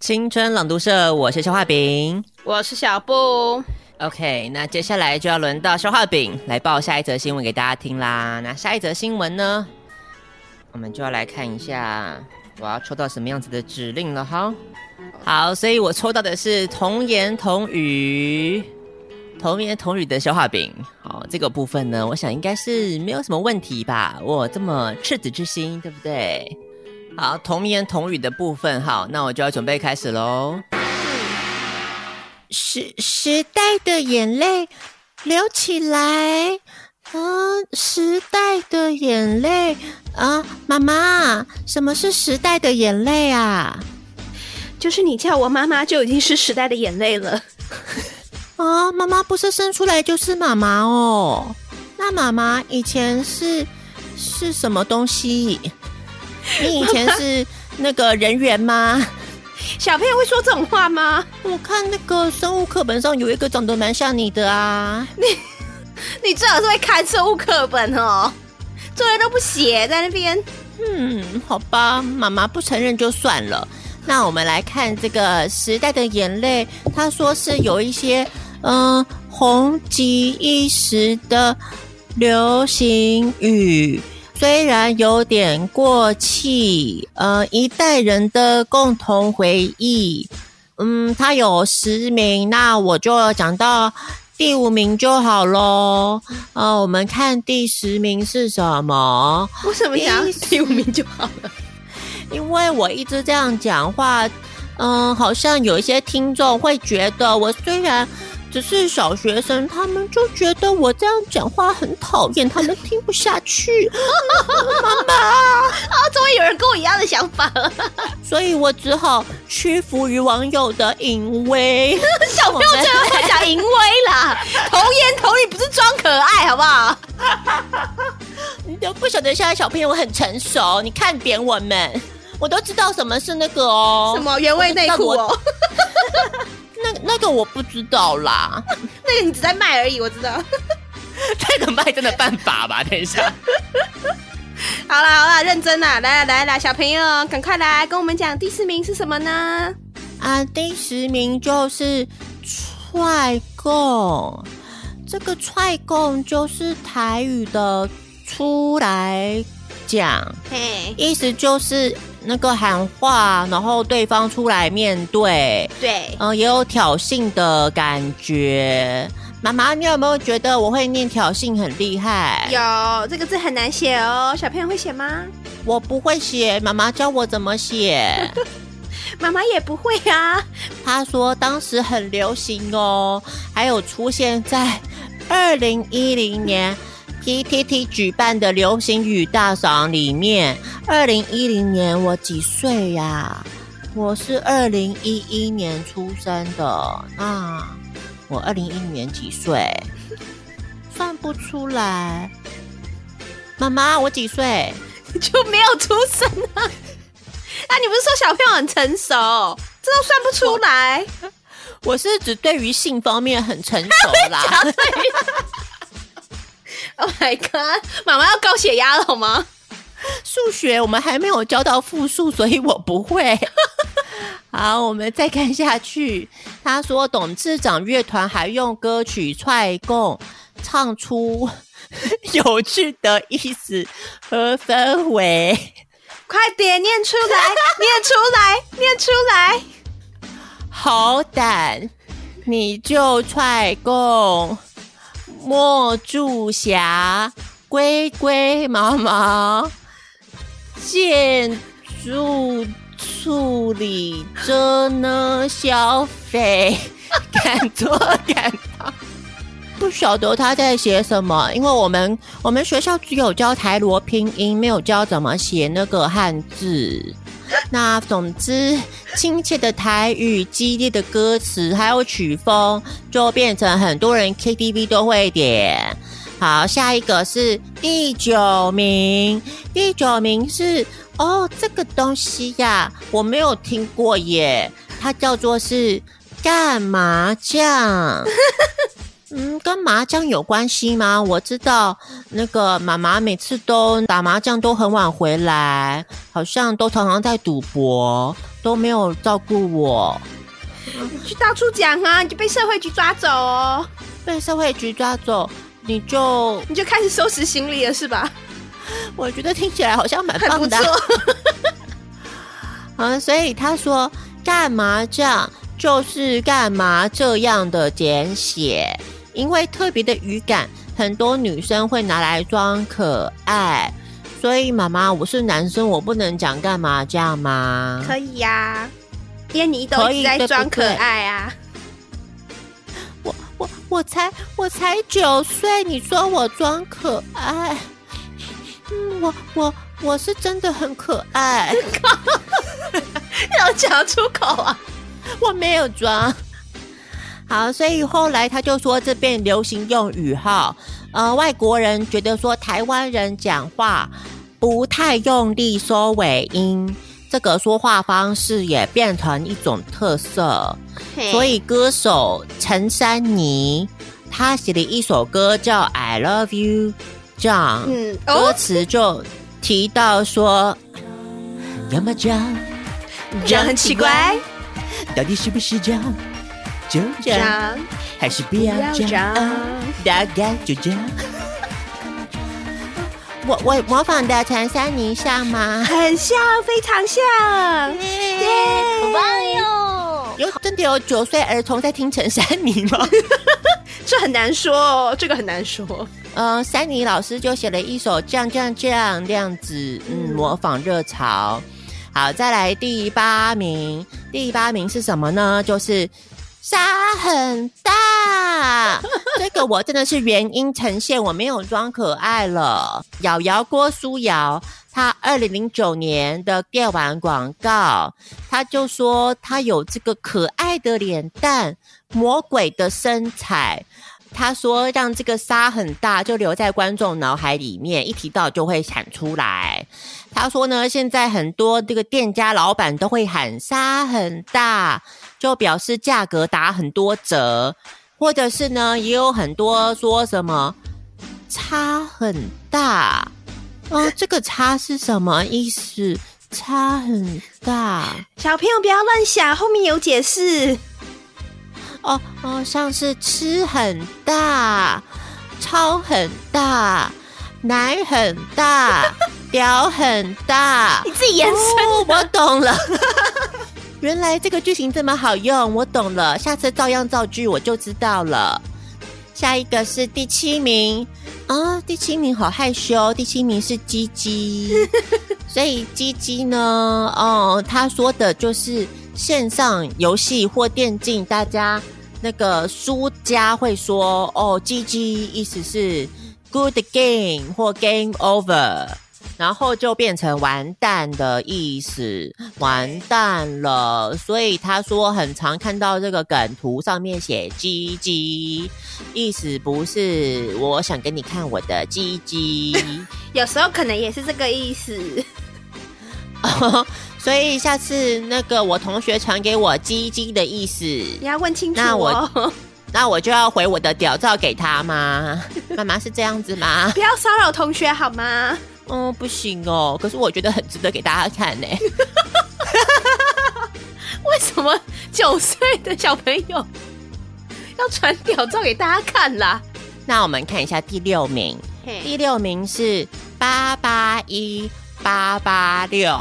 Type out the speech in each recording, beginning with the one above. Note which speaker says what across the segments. Speaker 1: 青春朗读社，我是消化饼。
Speaker 2: 我是小布。
Speaker 1: OK，那接下来就要轮到消化饼来报下一则新闻给大家听啦。那下一则新闻呢，我们就要来看一下我要抽到什么样子的指令了哈。好，所以我抽到的是童言童语，童言童语的消化饼。好，这个部分呢，我想应该是没有什么问题吧。我这么赤子之心，对不对？好，童言童语的部分，好，那我就要准备开始喽。时时代的眼泪流起来，啊，时代的眼泪啊，妈妈，什么是时代的眼泪啊？
Speaker 2: 就是你叫我妈妈，就已经是时代的眼泪了。
Speaker 1: 啊，妈妈不是生出来就是妈妈哦。那妈妈以前是是什么东西？你以前是那个人猿吗？
Speaker 2: 小朋友会说这种话吗？
Speaker 1: 我看那个生物课本上有一个长得蛮像你的啊。
Speaker 2: 你最好是会看生物课本哦，作业都不写，在那边。
Speaker 1: 嗯，好吧，妈妈不承认就算了。那我们来看这个《时代的眼泪》，他说是有一些嗯、呃红极一时的流行语，虽然有点过气，呃，一代人的共同回忆。嗯，他有十名，那我就讲到第五名就好喽。呃，我们看第十名是什么？
Speaker 2: 为什么想要
Speaker 1: 第
Speaker 2: 第五名就好哦了？
Speaker 1: 因为我一直这样讲话，嗯，好像有一些听众会觉得我虽然只是小学生，他们就觉得我这样讲话很讨厌，他们听不下去，
Speaker 2: 啊，终于有人跟我一样的想法了。
Speaker 1: 所以我只好屈服于网友的淫 威。
Speaker 2: 小朋友最后会讲淫威啦，童言童语不是装可爱好不好？
Speaker 1: 你都不晓得现在小朋友很成熟，你看扁我们，我都知道什么是那个哦，
Speaker 2: 什么原味内裤哦，
Speaker 1: 那那个我不知道啦，
Speaker 2: 那个你只在卖而已，我知道。
Speaker 1: 这个麦真的犯法吧？等一下。
Speaker 2: 好啦好啦，认真啦，来啦来啦，小朋友赶快来跟我们讲第四名是什么呢？
Speaker 1: 啊，第十名就是呃踹供，这个踹供就是台语的出来讲，
Speaker 2: 嘿，
Speaker 1: 意思就是那个喊话，然后对方出来面对，
Speaker 2: 对，
Speaker 1: 嗯、也有挑衅的感觉。妈妈，你有没有觉得我会念挑衅很厉害？
Speaker 2: 有这个字很难写哦，小朋友会写吗？
Speaker 1: 我不会写，妈妈教我怎么写。
Speaker 2: 妈妈也不会啊。
Speaker 1: 他说当时很流行哦，还有出现在 二零一零年 PTT 举办的流行语大赏里面。二零一零年我几岁呀、我是二零一一年出生的，那我二零一零年几岁？算不出来。妈妈，我几岁？
Speaker 2: 就没有出生啊。 啊，你不是说小朋友很成熟，这都算不出来。
Speaker 1: 我是指对于性方面很成熟啦。
Speaker 2: Oh my god，妈妈要高血压了好吗？
Speaker 1: 数学我们还没有教到复数，所以我不会。好，我们再看下去。他说，董事长乐团还用歌曲踹供唱出有趣的意思和氛围。
Speaker 2: 快点念出来， 念出来，念出来！
Speaker 1: 好胆，你就踹供，莫住霞，龟龟毛毛，建筑处理着呢消费， 敢做敢当。不晓得他在写什么，因为我们我们学校只有教台罗拼音，没有教怎么写那个汉字。那总之，亲切的台语、激烈的歌词还有曲风，就变成很多人 KTV 都会点。好，下一个是第九名，第九名是哦，这个东西呀，我没有听过耶，它叫做是干麻酱。嗯，跟麻将有关系吗？我知道那个妈妈每次都打麻将都很晚回来，好像都常常在赌博。都没有照顾我，
Speaker 2: 你去到处讲啊，你就被社会局抓走哦，
Speaker 1: 被社会局抓走，你就
Speaker 2: 你就开始收拾行李了是吧？
Speaker 1: 我觉得听起来好像蛮
Speaker 2: 很不
Speaker 1: 棒的
Speaker 2: 错
Speaker 1: 啊。，嗯，所以他说干嘛这样，就是干嘛这样的简写，因为特别的语感，很多女生会拿来装可爱。所以妈妈，我是男生，我不能讲干嘛这样吗？
Speaker 2: 可以呀、因为你都
Speaker 1: 可
Speaker 2: 一
Speaker 1: 以
Speaker 2: 直在
Speaker 1: 对
Speaker 2: 装
Speaker 1: 不
Speaker 2: 可
Speaker 1: 对
Speaker 2: 爱啊，
Speaker 1: 我我我才我才九岁，你说我装可爱？嗯，我我我是真的很可爱，
Speaker 2: 要讲出口啊。
Speaker 1: 我没有装。好，所以后来他就说这边流行用语哈，呃，外国人觉得说台湾人讲话不太用力收尾音，这个说话方式也变成一种特色。所以歌手陈珊妮，她写了一首歌叫《I Love You》，这样、
Speaker 2: 嗯，
Speaker 1: 歌
Speaker 2: 哦，
Speaker 1: 词就提到说，要么这样，
Speaker 2: 这样很奇怪，，
Speaker 1: 到底是不是这样？就这
Speaker 2: 这
Speaker 1: 样，
Speaker 2: 样
Speaker 1: 还是不
Speaker 2: 不
Speaker 1: 要
Speaker 2: 要
Speaker 1: 这
Speaker 2: 这
Speaker 1: 样？啊
Speaker 2: 样。
Speaker 1: 大概就这样。我我模仿的陈珊妮像 吗？
Speaker 2: 很像，非常像，耶、好棒
Speaker 1: 哦
Speaker 2: 哟！
Speaker 1: 有真的有九岁儿童在听陈珊妮吗？
Speaker 2: 这很难说哦，这个很难说。
Speaker 1: 呃，珊妮老师就写了一首《这样这样这样》这样子，嗯，
Speaker 2: 嗯
Speaker 1: 模仿热潮。好，再来第八名，第八名是什么呢？就是沙很大，这个我真的是原音呈现，我没有装可爱了。瑶瑶郭书瑶，她二零零九年的电玩广告，她就说她有这个可爱的脸蛋，魔鬼的身材。他说让这个沙很大，就留在观众脑海里面，一提到就会喊出来。他说呢，现在很多这个店家老板都会喊沙很大，就表示价格打很多折，或者是呢，也有很多说什么差很大。哦，这个差是什么意思？差很大。
Speaker 2: 小朋友不要乱想，后面有解释。
Speaker 1: 哦哦，像是吃很大、超很大、奶很大、 屌很大。
Speaker 2: 自己延
Speaker 1: 哦，我懂了。 原来这个句型这么好用，我懂了。下次照样造句，我就知道了。下一个是第七名啊、第七名好害羞。第七名是鸡 鸡，所以鸡鸡呢，哦，他说的就是线上游戏或电竞，大家那个输家会说哦，鸡鸡，意思是 good game 或 game over。然后就变成完蛋的意思，完蛋了。所以他说很常看到这个梗图上面写“鸡鸡”，意思不是我想给你看我的鸡鸡。
Speaker 2: 有时候可能也是这个意思。
Speaker 1: 所以下次那个我同学传给我“鸡鸡”的意思，
Speaker 2: 你要问清楚、哦。
Speaker 1: 那我那我就要回我的屌照给他 吗？妈妈是这样子吗？
Speaker 2: 不要骚扰同学好吗？
Speaker 1: 嗯，不行哦。可是我觉得很值得给大家看呢、欸
Speaker 2: 为什么九岁的小朋友 要传屌照给大家看啦？
Speaker 1: 那我们看一下第六名。
Speaker 2: 嘿
Speaker 1: 第六名是八八一八八六。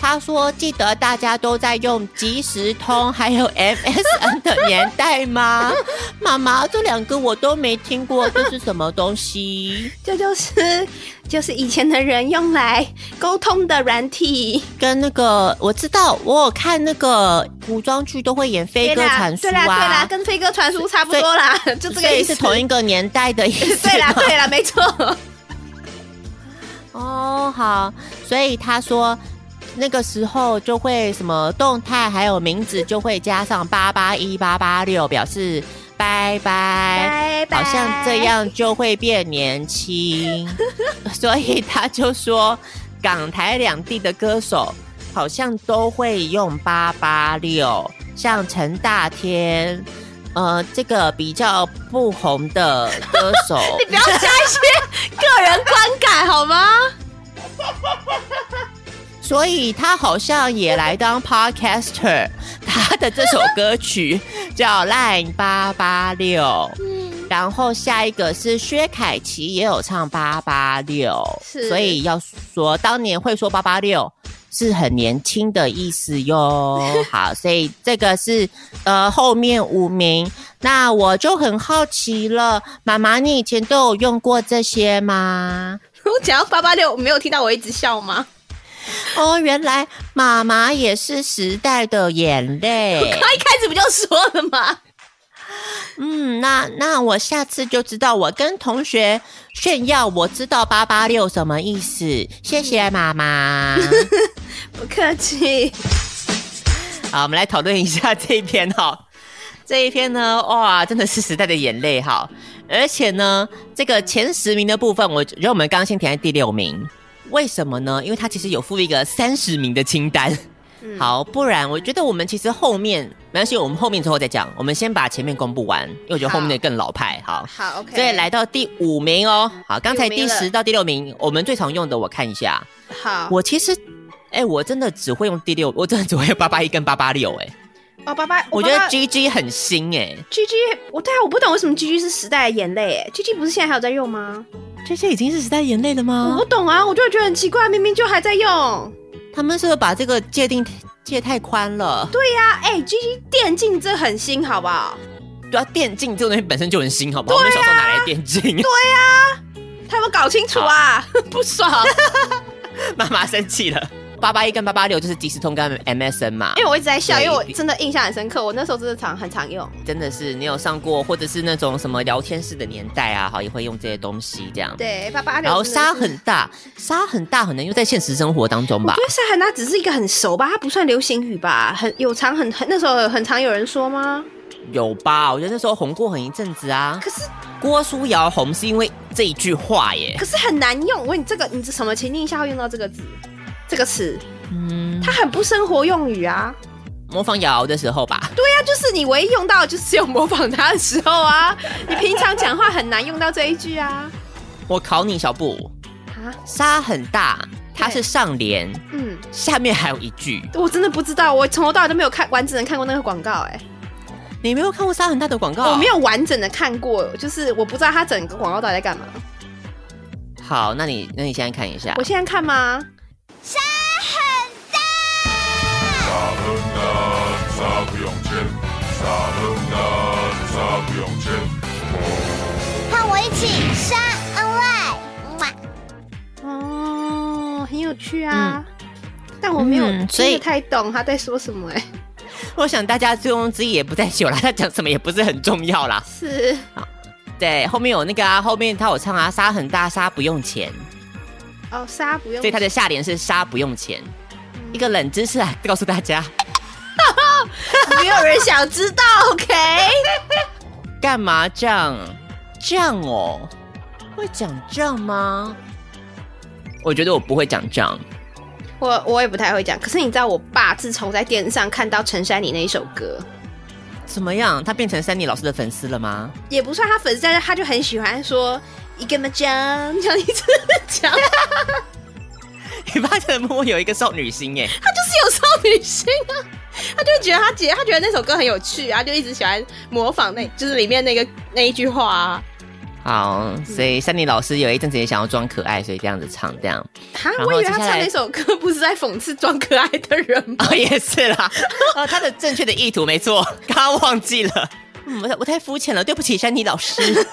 Speaker 1: 他说：“记得大家都在用即时通还有 MSN 的年代吗？ 妈妈，这两个我都没听过，这是什么东西？
Speaker 2: 这就是就是以前的人用来沟通的软体。
Speaker 1: 跟那个我知道，我有看那个古装剧都会演飞鸽传书
Speaker 2: 对啦，对啦，对啦
Speaker 1: 啊，
Speaker 2: 跟飞鸽传书差不多啦，就这
Speaker 1: 所
Speaker 2: 个
Speaker 1: 以
Speaker 2: 意思。
Speaker 1: 是同一个年代的意思。
Speaker 2: 对啦，对啦，没错。
Speaker 1: 哦，好，所以他说那个时候就会什么动态，还有名字就会加上八八一八八六，表示拜拜。
Speaker 2: 拜
Speaker 1: 哎好像这。样就会变年轻， 所以他就说，港台两地的歌手好像都会用八八六，像陈大天，呃，这个比较不红的歌手，
Speaker 2: 你不要加一些个人观感好吗？
Speaker 1: 所以他好像也来当 podcaster。他 的这首歌曲叫《烂八八六》，然后下一个是薛凯琪也有唱八八六，
Speaker 2: 是
Speaker 1: 所以要说当年会说八八六。是很年轻的意思哟。好，所以这个是呃后面五名。那我就很好奇了，妈妈，你以前都有用过这些吗？
Speaker 2: 我讲到八八六，没有听到我一直笑吗？
Speaker 1: 哦，原来妈妈也是时代的眼泪。
Speaker 2: 他一开始不就说了吗？
Speaker 1: 嗯，那那我下次就知道，我跟同学炫耀我知道八八六什么意思。谢谢妈妈。
Speaker 2: 不客气。
Speaker 1: 好，我们来讨论一下这一篇哈。这一篇呢，哇，真的是时代的眼泪哈。而且呢，这个前十名的部分，我觉得我们刚刚先填在第六名，为什么呢？因为它其实有附一个三十名的清单。
Speaker 2: 嗯
Speaker 1: 好，不然我觉得我们其实后面没关系，我们后面之后再讲，我们先把前面公布完，因为我觉得后面的更老派。好，
Speaker 2: 好，OK。
Speaker 1: 所以来到第五名哦。好，刚才
Speaker 2: 第五
Speaker 1: 第
Speaker 2: 名了
Speaker 1: 十到第六名，我们最常用的，我看一下。
Speaker 2: 好，
Speaker 1: 我其实，哎、我真的只会用第六，我真的只会用八八一跟八八六，哎，
Speaker 2: 哦，八八，
Speaker 1: 我觉
Speaker 2: 爸爸
Speaker 1: 得 G G 很新哎、
Speaker 2: G G，我对啊，我不懂为什么 G G 是时代的眼泪哎，G G 不是现在还有在用吗？
Speaker 1: 这些已经是时代眼泪了
Speaker 2: 我
Speaker 1: 吗
Speaker 2: 不？懂啊，我就觉得很奇怪，明明就还在用。
Speaker 1: 哦他们是不是把这个界定界太宽了？
Speaker 2: 对呀、哎、g G 电竞这很新，好不好？
Speaker 1: 对啊，电竞这种东西本身就很新，好不好？我们小时候哪来电竞？
Speaker 2: 他们搞清楚啊， 不爽。
Speaker 1: 妈妈生气了。八八一跟八八六就是即时通跟 MSN 嘛，
Speaker 2: 因为我一直在笑，
Speaker 1: 对
Speaker 2: 因为我真的印象很深刻，我那时候真的常很常用。
Speaker 1: 真的是你有上过，或者是那种什么聊天室的年代啊，好也会用这些东西这样。
Speaker 2: 对，八八六。
Speaker 1: 然后沙
Speaker 2: 很，
Speaker 1: 很大，沙很大，很难用在现实生活当中
Speaker 2: 我
Speaker 1: 吧
Speaker 2: 觉？得沙很那只是一个很熟吧，它不算流行语吧，很有常很很那时候有很常有人说吗？
Speaker 1: 有吧？我觉得那时候红过很一阵子啊。
Speaker 2: 可是
Speaker 1: 郭书瑶红是因为这一句话耶。
Speaker 2: 可是很难用。我问你这个，你这什么情境下会用到这个字？这个词，
Speaker 1: 嗯，
Speaker 2: 它很不生活用语啊。
Speaker 1: 模仿瑶瑶的时候吧。
Speaker 2: 对呀、就是你唯一用到就是只有模仿他的时候啊，你平常讲话很难用到这一句 啊。
Speaker 1: 我考你，小布，
Speaker 2: 啊，
Speaker 1: 沙很大，它
Speaker 2: 对
Speaker 1: 是上联，
Speaker 2: 嗯，
Speaker 1: 下面还有一句。
Speaker 2: 我真的不知道，我从头到尾都没有看完整的看过那个广告、哎、
Speaker 1: 你没有看过沙很大的广告？啊
Speaker 2: 我没。有完整的看过，就是我不知道它整个广告到底 在干嘛。
Speaker 1: 好，那你那你现在看一下
Speaker 2: 我。现在 看吗？
Speaker 3: Sarungan, Saryongchen, Sarungan, Saryongchen.
Speaker 4: 和我一起杀 online。哇
Speaker 2: 哦，很有趣啊。但我没有
Speaker 1: 嗯所
Speaker 2: 真
Speaker 1: 以
Speaker 2: 的太懂他在说什么、哎，
Speaker 1: 我想大家醉翁之意也不在酒啦，他讲什么也不是很重要啦。
Speaker 2: 是
Speaker 1: 对，后面有那个啊，后面他有唱啊，沙很大，沙不用钱，
Speaker 2: 哦，沙不用
Speaker 1: 所以他的下联是沙不用钱。一个冷知识啊，告诉大家，
Speaker 2: 没有人想知道，OK？
Speaker 1: 干嘛这样？这样哦，会讲这样吗？我觉得我不会讲这样。
Speaker 2: 我我也不太会讲，可是你知道，我爸自从在电视上看到陈珊妮那一首歌，
Speaker 1: 怎么样？他变成珊妮老师的粉丝了吗？
Speaker 2: 也不算他粉丝，但是他就很喜欢说一个么讲，讲一直讲，
Speaker 1: 你爸真的默默有一个少女心耶！
Speaker 2: 他就是有少女心啊，他就觉得他姐，他觉得那首歌很有趣啊，就一直喜欢模仿那，就是里面那个那一句话啊，
Speaker 1: 好，所以珊妮老师有一阵子也想要装可爱，所以这样子唱这样。
Speaker 2: 哈
Speaker 1: 然，后
Speaker 2: 我以为他
Speaker 1: 接下
Speaker 2: 唱
Speaker 1: 来
Speaker 2: 那首歌不是在讽刺装可爱的 人吗？
Speaker 1: 哦，也是啦。哦，他的正确的意图没错， 刚刚忘记了。嗯，我太我太肤浅了，对不起，珊妮老 师。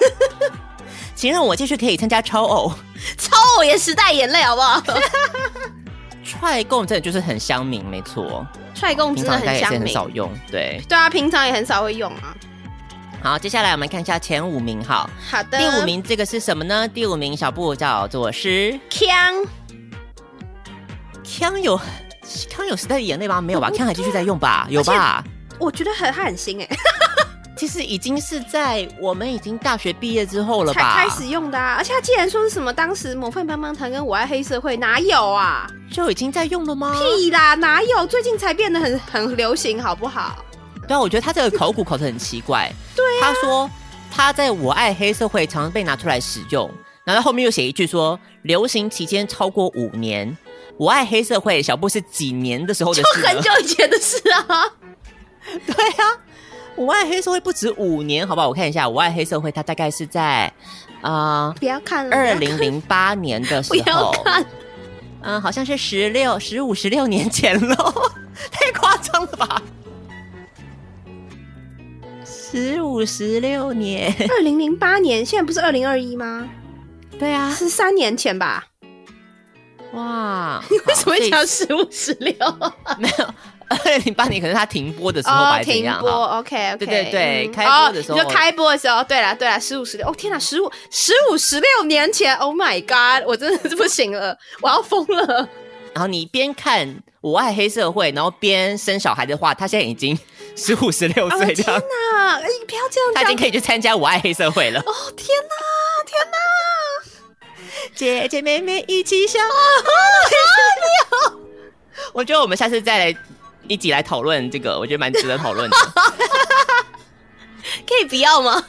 Speaker 1: 请让我继续可以参加超偶。
Speaker 2: 超偶也时代眼泪好不好？
Speaker 1: 踹共真的就是很乡民，没错，
Speaker 2: 踹共
Speaker 1: 平
Speaker 2: 真的
Speaker 1: 常大家
Speaker 2: 很
Speaker 1: 也是
Speaker 2: 香
Speaker 1: 很
Speaker 2: 民，
Speaker 1: 少用。对，
Speaker 2: 对啊，平常也很少会用啊。
Speaker 1: 好，接下来我们看一下前五名哈。
Speaker 2: 好的，
Speaker 1: 第五名这个是什么呢？第五名小布叫做是
Speaker 2: ，Kiang。
Speaker 1: 康有康有时代的眼泪吗？没有吧，康还继续在用吧，有吧？
Speaker 2: 我觉得很他很新哎、
Speaker 1: 其实已经是在我们已经大学毕业之后了
Speaker 2: 才
Speaker 1: 吧？
Speaker 2: 开始用的啊！而且他竟然说是什么当时模范棒棒糖跟我爱黑社会，哪有啊？
Speaker 1: 就已经在用了吗？
Speaker 2: 屁啦，哪有？最近才变得很很流行，好不好？
Speaker 1: 对啊，我觉得他这个考古考得很奇怪。对、他说他在我爱黑社会常被拿出来使用，然后后面又写一句说流行期间超过五年，我爱黑社会》小布是几年的时候的
Speaker 2: 就
Speaker 1: 事
Speaker 2: 很
Speaker 1: 了。
Speaker 2: 久以前的事啊。
Speaker 1: 对啊，我爱黑社会不止五年，好不好？我看一下，我爱黑社会，它大概是在啊
Speaker 2: 不要看了，
Speaker 1: 二零零八年的时
Speaker 2: 不要
Speaker 1: 候，
Speaker 2: 看，
Speaker 1: 嗯，好像是十六、十五、十六年前喽， 太夸张了吧？十五、十六年，
Speaker 2: 二零零八年，现在不是二零二一吗？
Speaker 1: 对啊，
Speaker 2: 是三年前吧？
Speaker 1: 哇！
Speaker 2: 你为什
Speaker 1: 好
Speaker 2: 么会
Speaker 1: 这
Speaker 2: 讲十五十 六？
Speaker 1: 没有？二零零八年可能他停播的时候吧，还是怎
Speaker 2: 哦停
Speaker 1: 样
Speaker 2: 播
Speaker 1: 哈
Speaker 2: ，OK OK，
Speaker 1: 对对对开播的时候
Speaker 2: 哦、你说开播的时候，对啦对啦，十五十六，哦天哪，十五十五十六年前，Oh my God，我真的是不行了， 我要疯 了。
Speaker 1: 然后你边看《我爱黑社会》，然后边生小孩的话，他现在已经十五、十六
Speaker 2: 哦
Speaker 1: 岁
Speaker 2: 天
Speaker 1: 这样，
Speaker 2: 哪，哎你不要这样
Speaker 1: 他已
Speaker 2: 讲
Speaker 1: 经，可以去参加《我爱黑社会》了。
Speaker 2: 哦天哪，天哪，
Speaker 1: 姐姐妹妹一起笑， 我觉得我们下次再来一起来讨论这个，我觉得蛮值得讨 论的。
Speaker 2: 可以不要吗？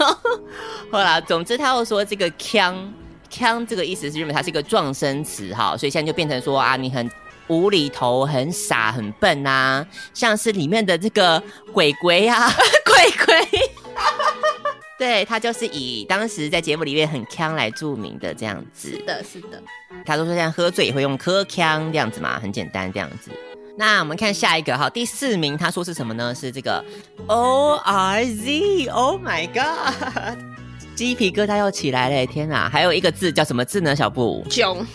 Speaker 1: 后来，总之他又说这个“腔”“腔”这个意思是日本它是一个撞声词哈，所以现在就变成说啊，你很无厘头、很傻、很笨啊，像是里面的这个鬼鬼 啊，
Speaker 2: 鬼鬼，
Speaker 1: 对他就是以当时在节目里面很腔来著名的这样子。
Speaker 2: 是的，是的，
Speaker 1: 他都说像喝醉也会用科腔这样子嘛，很简单这样子。那我们看下一个哈，第四名他说是什么呢？是这个 O R Z。Oh my god！鸡皮疙瘩又起来了，天哪！还有一个字叫什么字呢？小布
Speaker 2: 囧，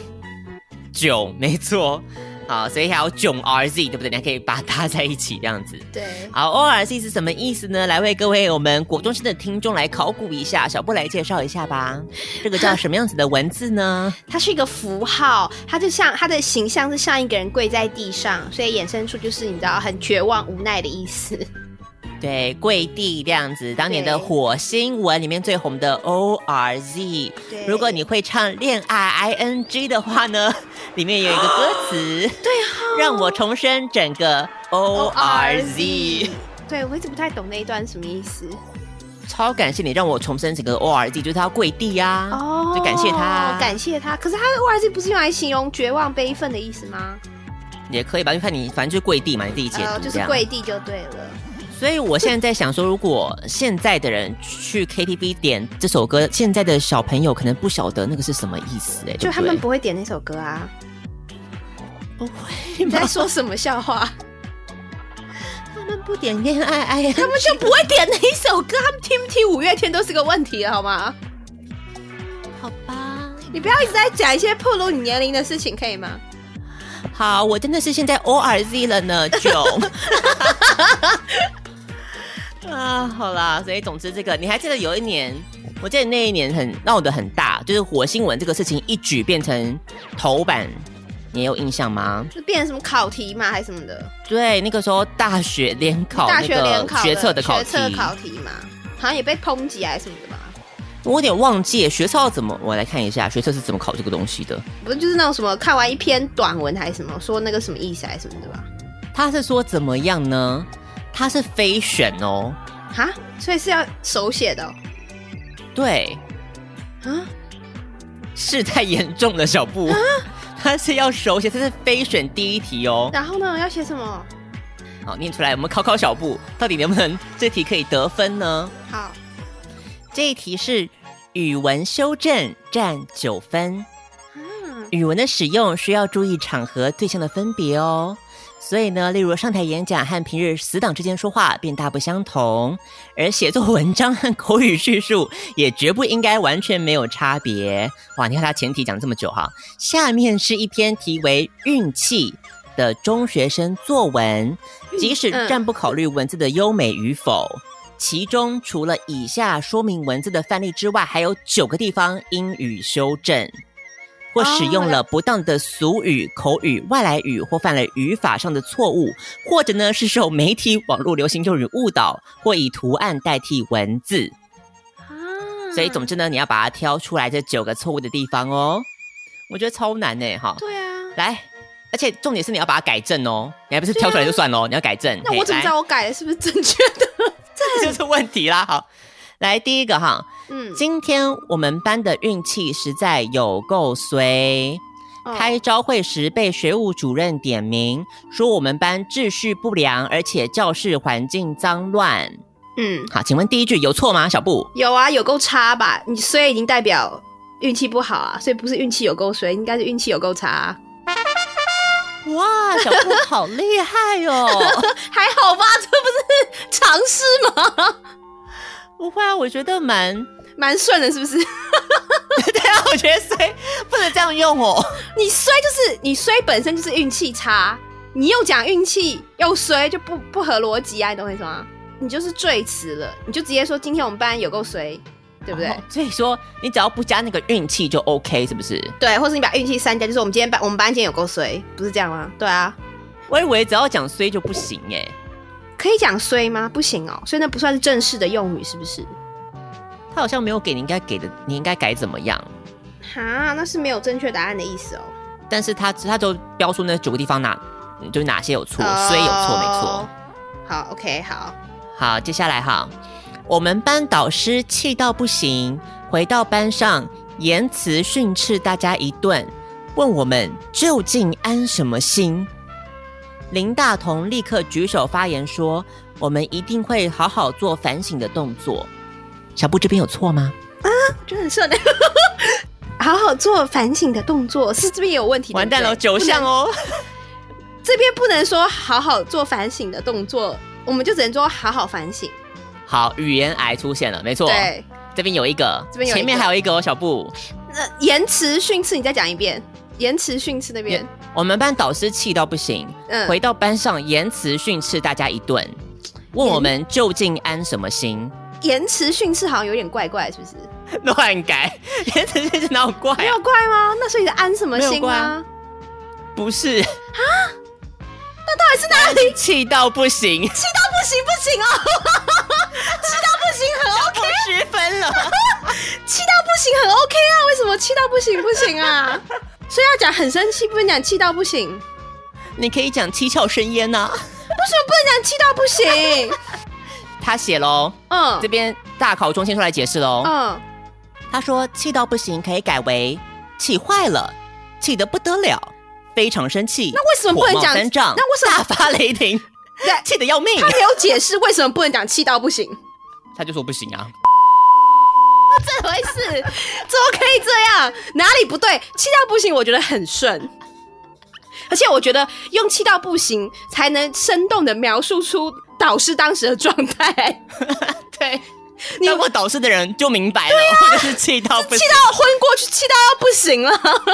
Speaker 1: 囧，没错。好，所以还有囧 R Z，对不对？你还可以把它搭在一起这样子。
Speaker 2: 对，
Speaker 1: 好，O R Z 是什么意思呢？来为各位我们国中生的听众来考古一下，小布来介绍一下吧。这个叫什么样子的文字呢？
Speaker 2: 它是一个符号，它就像它的形象是像一个人跪在地上，所以衍生出就是你知道很绝望无奈的意思。
Speaker 1: 对，跪地这样子，当年的
Speaker 2: 对
Speaker 1: 火星文里面最红的 O R Z。
Speaker 2: 对
Speaker 1: 如果你会唱《恋爱 I N G》的话呢， 里面有一个歌
Speaker 2: 哦
Speaker 1: 词，对、让我重申整个 O R Z。
Speaker 2: 对，我一直不太懂那一段什么意思。
Speaker 1: 超感谢你让我重申整个 O R Z，就是他要跪地啊呀、
Speaker 2: 哦，
Speaker 1: 嗯就感谢他，
Speaker 2: 感谢他。可是他的 O R Z 不是用来形容绝望、悲愤的意思吗？
Speaker 1: 也可以吧，就看你反正就是跪地嘛，你自己解
Speaker 2: 呃，
Speaker 1: 读
Speaker 2: 就
Speaker 1: 这
Speaker 2: 是
Speaker 1: 样。
Speaker 2: 跪地就对了。
Speaker 1: 所以我现在在想说，如果现在的人去 KTV 点这首歌，现在的小朋友可能不晓得那个是什么意思、哎，对
Speaker 2: 就他
Speaker 1: 对
Speaker 2: 们不会点那首歌啊！
Speaker 1: 不会
Speaker 2: 你
Speaker 1: 吗
Speaker 2: 在？说什么笑话？
Speaker 1: 他们不点恋爱爱，
Speaker 2: 他们就不会点那一首歌，他们听不听五月天都是个问题了，好吗？
Speaker 1: 好吧？
Speaker 2: 你不要一直在讲一些暴露你年龄的事情，可以吗？
Speaker 1: 好，我真的是现在 O R Z 了呢， 囧。啊，好啦，所以总之这个，你还记得有一年，我记得那一年很闹得很大，就是火星文这个事情一举变成头版，你有印象吗？
Speaker 2: 就变成什么考题嘛，还是什么的？
Speaker 1: 对，那个时候大学联考，
Speaker 2: 大学联考的、
Speaker 1: 学测的考
Speaker 2: 学
Speaker 1: 题，
Speaker 2: 测考题嘛，好像也被抨击啊还是什么的嘛？
Speaker 1: 我有点忘记学测要怎么，我来看一下学测是怎么考这个东西的。
Speaker 2: 不是就是那种什么看完一篇短文还是什么，说那个什么意思还是什么的吧？
Speaker 1: 他是说怎么样呢？他是非选哦，
Speaker 2: 哈，所以是要手写的、哦、
Speaker 1: 对，
Speaker 2: 啊？
Speaker 1: 事态严重了，小布，他是要手写，这是非选第一题哦。
Speaker 2: 然后呢，要写什么？
Speaker 1: 好，念出来，我们考考小布，到底能不能这题可以得分呢？
Speaker 2: 好，
Speaker 1: 这一题是语文修正占九分，
Speaker 2: 嗯，
Speaker 1: 语文的使用需要注意场合对象的分别哦。所以呢，例如上台演讲和平日死党之间说话便大不相同，而写作文章和口语叙述也绝不应该完全没有差别。哇，你看他前提讲这么久哈，下面是一篇题为“运气”的中学生作文，即使
Speaker 2: 嗯
Speaker 1: 暂不考虑文字的优美与否。其中除了以下说明文字的范例之外，还有九个地方应予修正，或使用
Speaker 2: 哦
Speaker 1: 了不当的俗语、口语、外来语，或犯了语法上的错误，或者呢是受媒体、网络流行用语误导，或以图案代替文字。
Speaker 2: 啊
Speaker 1: 所以总之呢，你要把它挑出来这九个错误的地方哦。我觉得超难呢、哈。
Speaker 2: 对啊，
Speaker 1: 来，而且重点是你要把它改正哦，你还不是挑出来就算喽，你要改正。
Speaker 2: 那我怎么知道我改的是不是正确的？
Speaker 1: 这 就是问题啦？好，来第一个哈，
Speaker 2: 嗯，
Speaker 1: 今天我们班的运气实在有够衰。
Speaker 2: 哦
Speaker 1: 开招会时被学务主任点名，说我们班秩序不良，而且教室环境脏乱。
Speaker 2: 嗯，
Speaker 1: 好，请问第一句有错吗，小布？
Speaker 2: 有啊，有够差吧？你衰已经代表运气不好啊，所以不是运气有够衰，应该是运气有够差、啊。
Speaker 1: 哇，小布好厉害哦！
Speaker 2: 还好吧，这不是尝试吗？
Speaker 1: 不会啊，我觉得 蛮……
Speaker 2: 蛮顺的，是不是？
Speaker 1: 对啊，我觉得谁不能这样用哦。
Speaker 2: 你衰就是你衰本身就是运气差，你又讲运气又衰，就不不合逻辑啊！你懂我意思吗？你就是最迟了，你就直接说今天我们班有够衰，对不对？
Speaker 1: 哦 所以说，你只要不加那个运气就 OK，是不是？
Speaker 2: 对，或是你把运气删掉，就是我们今天班我们班今天有够衰，不是这样吗？对啊，
Speaker 1: 我以为只要讲衰就不行哎、
Speaker 2: 可以讲衰吗？不行哦，所以那不算是正式的用语，是不是？
Speaker 1: 他好像没有给你应该给的，你应该改怎么样？
Speaker 2: 哈，那是没有正确答案的意思哦。
Speaker 1: 但是他他就标出那九个地方哪，就是哪些有错，衰有错没错
Speaker 2: 哦。。好，OK，好，
Speaker 1: 好，接下来哈，我们班导师气到不行，回到班上言辞训斥大家一顿，问我们究竟安什么心。林大同立刻举手发言说：“我们一定会好好做反省的动作。”小布这边有错吗？
Speaker 2: 我觉得很顺的。 好好做反省的动作，是这边也有问题。
Speaker 1: 完蛋了，
Speaker 2: 对
Speaker 1: 九
Speaker 2: 不对
Speaker 1: 项哦。
Speaker 2: 这边不能说好好做反省的动作，我们就只能说好好反省。
Speaker 1: 好，语言癌出现了，没错。
Speaker 2: 对，
Speaker 1: 这边有一个，
Speaker 2: 这边有一个
Speaker 1: 前面还有一个哦，小布。
Speaker 2: 那延迟训斥，你再讲一遍，延迟训斥那边，
Speaker 1: 我们班导师气到不行，
Speaker 2: 嗯，
Speaker 1: 回到班上言辞训斥大家一顿，问我们究竟安什么心？
Speaker 2: 延迟训斥好像有点怪怪，是不是？
Speaker 1: 乱改，言辞训斥哪有怪、
Speaker 2: 没
Speaker 1: 啊？
Speaker 2: 有怪吗？那所以是安什么
Speaker 1: 没有
Speaker 2: 心
Speaker 1: 怪
Speaker 2: 吗
Speaker 1: 啊？不是啊？那到底是哪里气到不 行？
Speaker 2: 气到不行不行哦， 气到不行很 OK，
Speaker 1: 扣十分了。
Speaker 2: 气到不行很 OK 啊？为什么气到不行不行啊？所以要讲很生气，不能讲气到不行，为
Speaker 1: 你可以讲七窍生烟啊呐、
Speaker 2: 什么不能讲气到不行？
Speaker 1: 他写喽，
Speaker 2: 嗯
Speaker 1: 这边大考中先出来解释喽。
Speaker 2: 嗯，
Speaker 1: 他说气到不行可以改为气坏了，气得不得了，非常生气。那
Speaker 2: 为什么不能讲
Speaker 1: 三丈？
Speaker 2: 那为什么
Speaker 1: 大发雷霆？
Speaker 2: 对，
Speaker 1: 气得要命。
Speaker 2: 他没有解释为什么不能讲气到不行，
Speaker 1: 他就说不行啊，
Speaker 2: 怎么回事？怎么可以这样？哪里不对？气到不行，我觉得很顺。而且我觉得用气到不行才能生动的描述出导师当时的状态，
Speaker 1: 对，
Speaker 2: 你啊
Speaker 1: 当过导师的人就明白了，或者是气到不
Speaker 2: 气
Speaker 1: 行。
Speaker 2: 到昏过去，气到要不行了。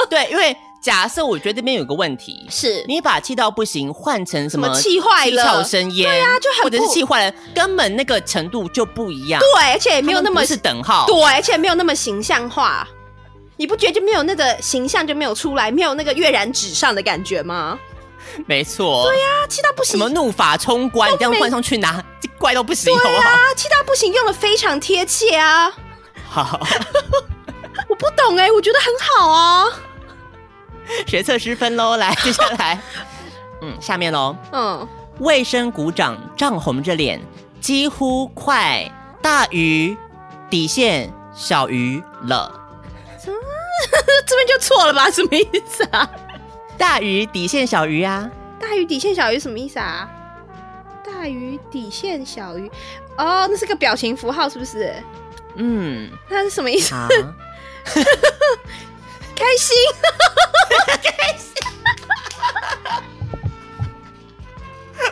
Speaker 1: 对，因为假设我觉得这边有个问题，
Speaker 2: 是
Speaker 1: 你把气到不行换成什么
Speaker 2: 什么气坏了
Speaker 1: 七窍生烟，对
Speaker 2: 啊就
Speaker 1: 或
Speaker 2: 很不
Speaker 1: 者是气坏了，根本那个程度就不一样，
Speaker 2: 对，而且也没有那
Speaker 1: 他们
Speaker 2: 么
Speaker 1: 不是等号。
Speaker 2: 对，而且没有那么形象化。你不觉得就没有那个形象就没有出来，没有那个跃然纸上的感觉吗？
Speaker 1: 没错，对呀、
Speaker 2: 啊，气到不
Speaker 1: 什
Speaker 2: 行
Speaker 1: 么，怒发冲冠，你这样换上去拿，这怪到不行，好不好？
Speaker 2: 啊，气到不行，用的非常贴切啊。
Speaker 1: 好，
Speaker 2: 我不懂哎、我觉得很好啊。
Speaker 1: 学测失分喽，来，接下来，嗯，下面喽，
Speaker 2: 嗯，
Speaker 1: 卫生股长涨红着脸，几乎快大于底线小于了，
Speaker 2: 这边就错了吧？什么意思啊？
Speaker 1: 大于底线小于啊，
Speaker 2: 大于底线小于什么意思啊？大于底线小于，哦，那是个表情符号是不是？
Speaker 1: 嗯，
Speaker 2: 那是什么意思？
Speaker 1: 啊，
Speaker 2: 开心，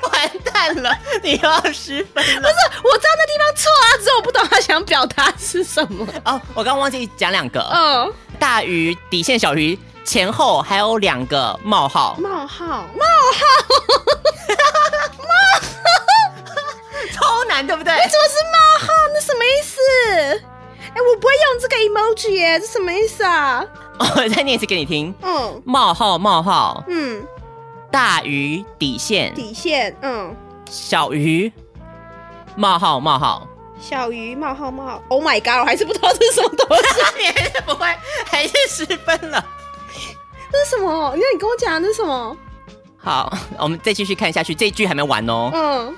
Speaker 1: 完蛋了，你又要失分 了。
Speaker 2: 我知道那地方错啊，只是我不懂他想表达是什么。
Speaker 1: 哦，我刚忘记讲两个，
Speaker 2: 嗯，
Speaker 1: 大于底线小于前后还有两个冒号，
Speaker 2: 冒号，
Speaker 1: 超难，对不对？
Speaker 2: 哎，怎么是冒号？那什么意思？哎、我不会用这个 emoji 耶、这什么意思啊？
Speaker 1: 我哦再念一次给你听，
Speaker 2: 嗯
Speaker 1: 冒号冒号
Speaker 2: 嗯，
Speaker 1: 大于底线
Speaker 2: 底线，嗯，
Speaker 1: 小于冒号冒号。
Speaker 2: 小于冒号冒号，Oh my god，我还是不知道这是什么东西。
Speaker 1: 你还是不会，还是失分了。
Speaker 2: 这是什么？你看你跟我讲的是什么？
Speaker 1: 好，我们再继续看下去，这一句还没完哦。
Speaker 2: 嗯，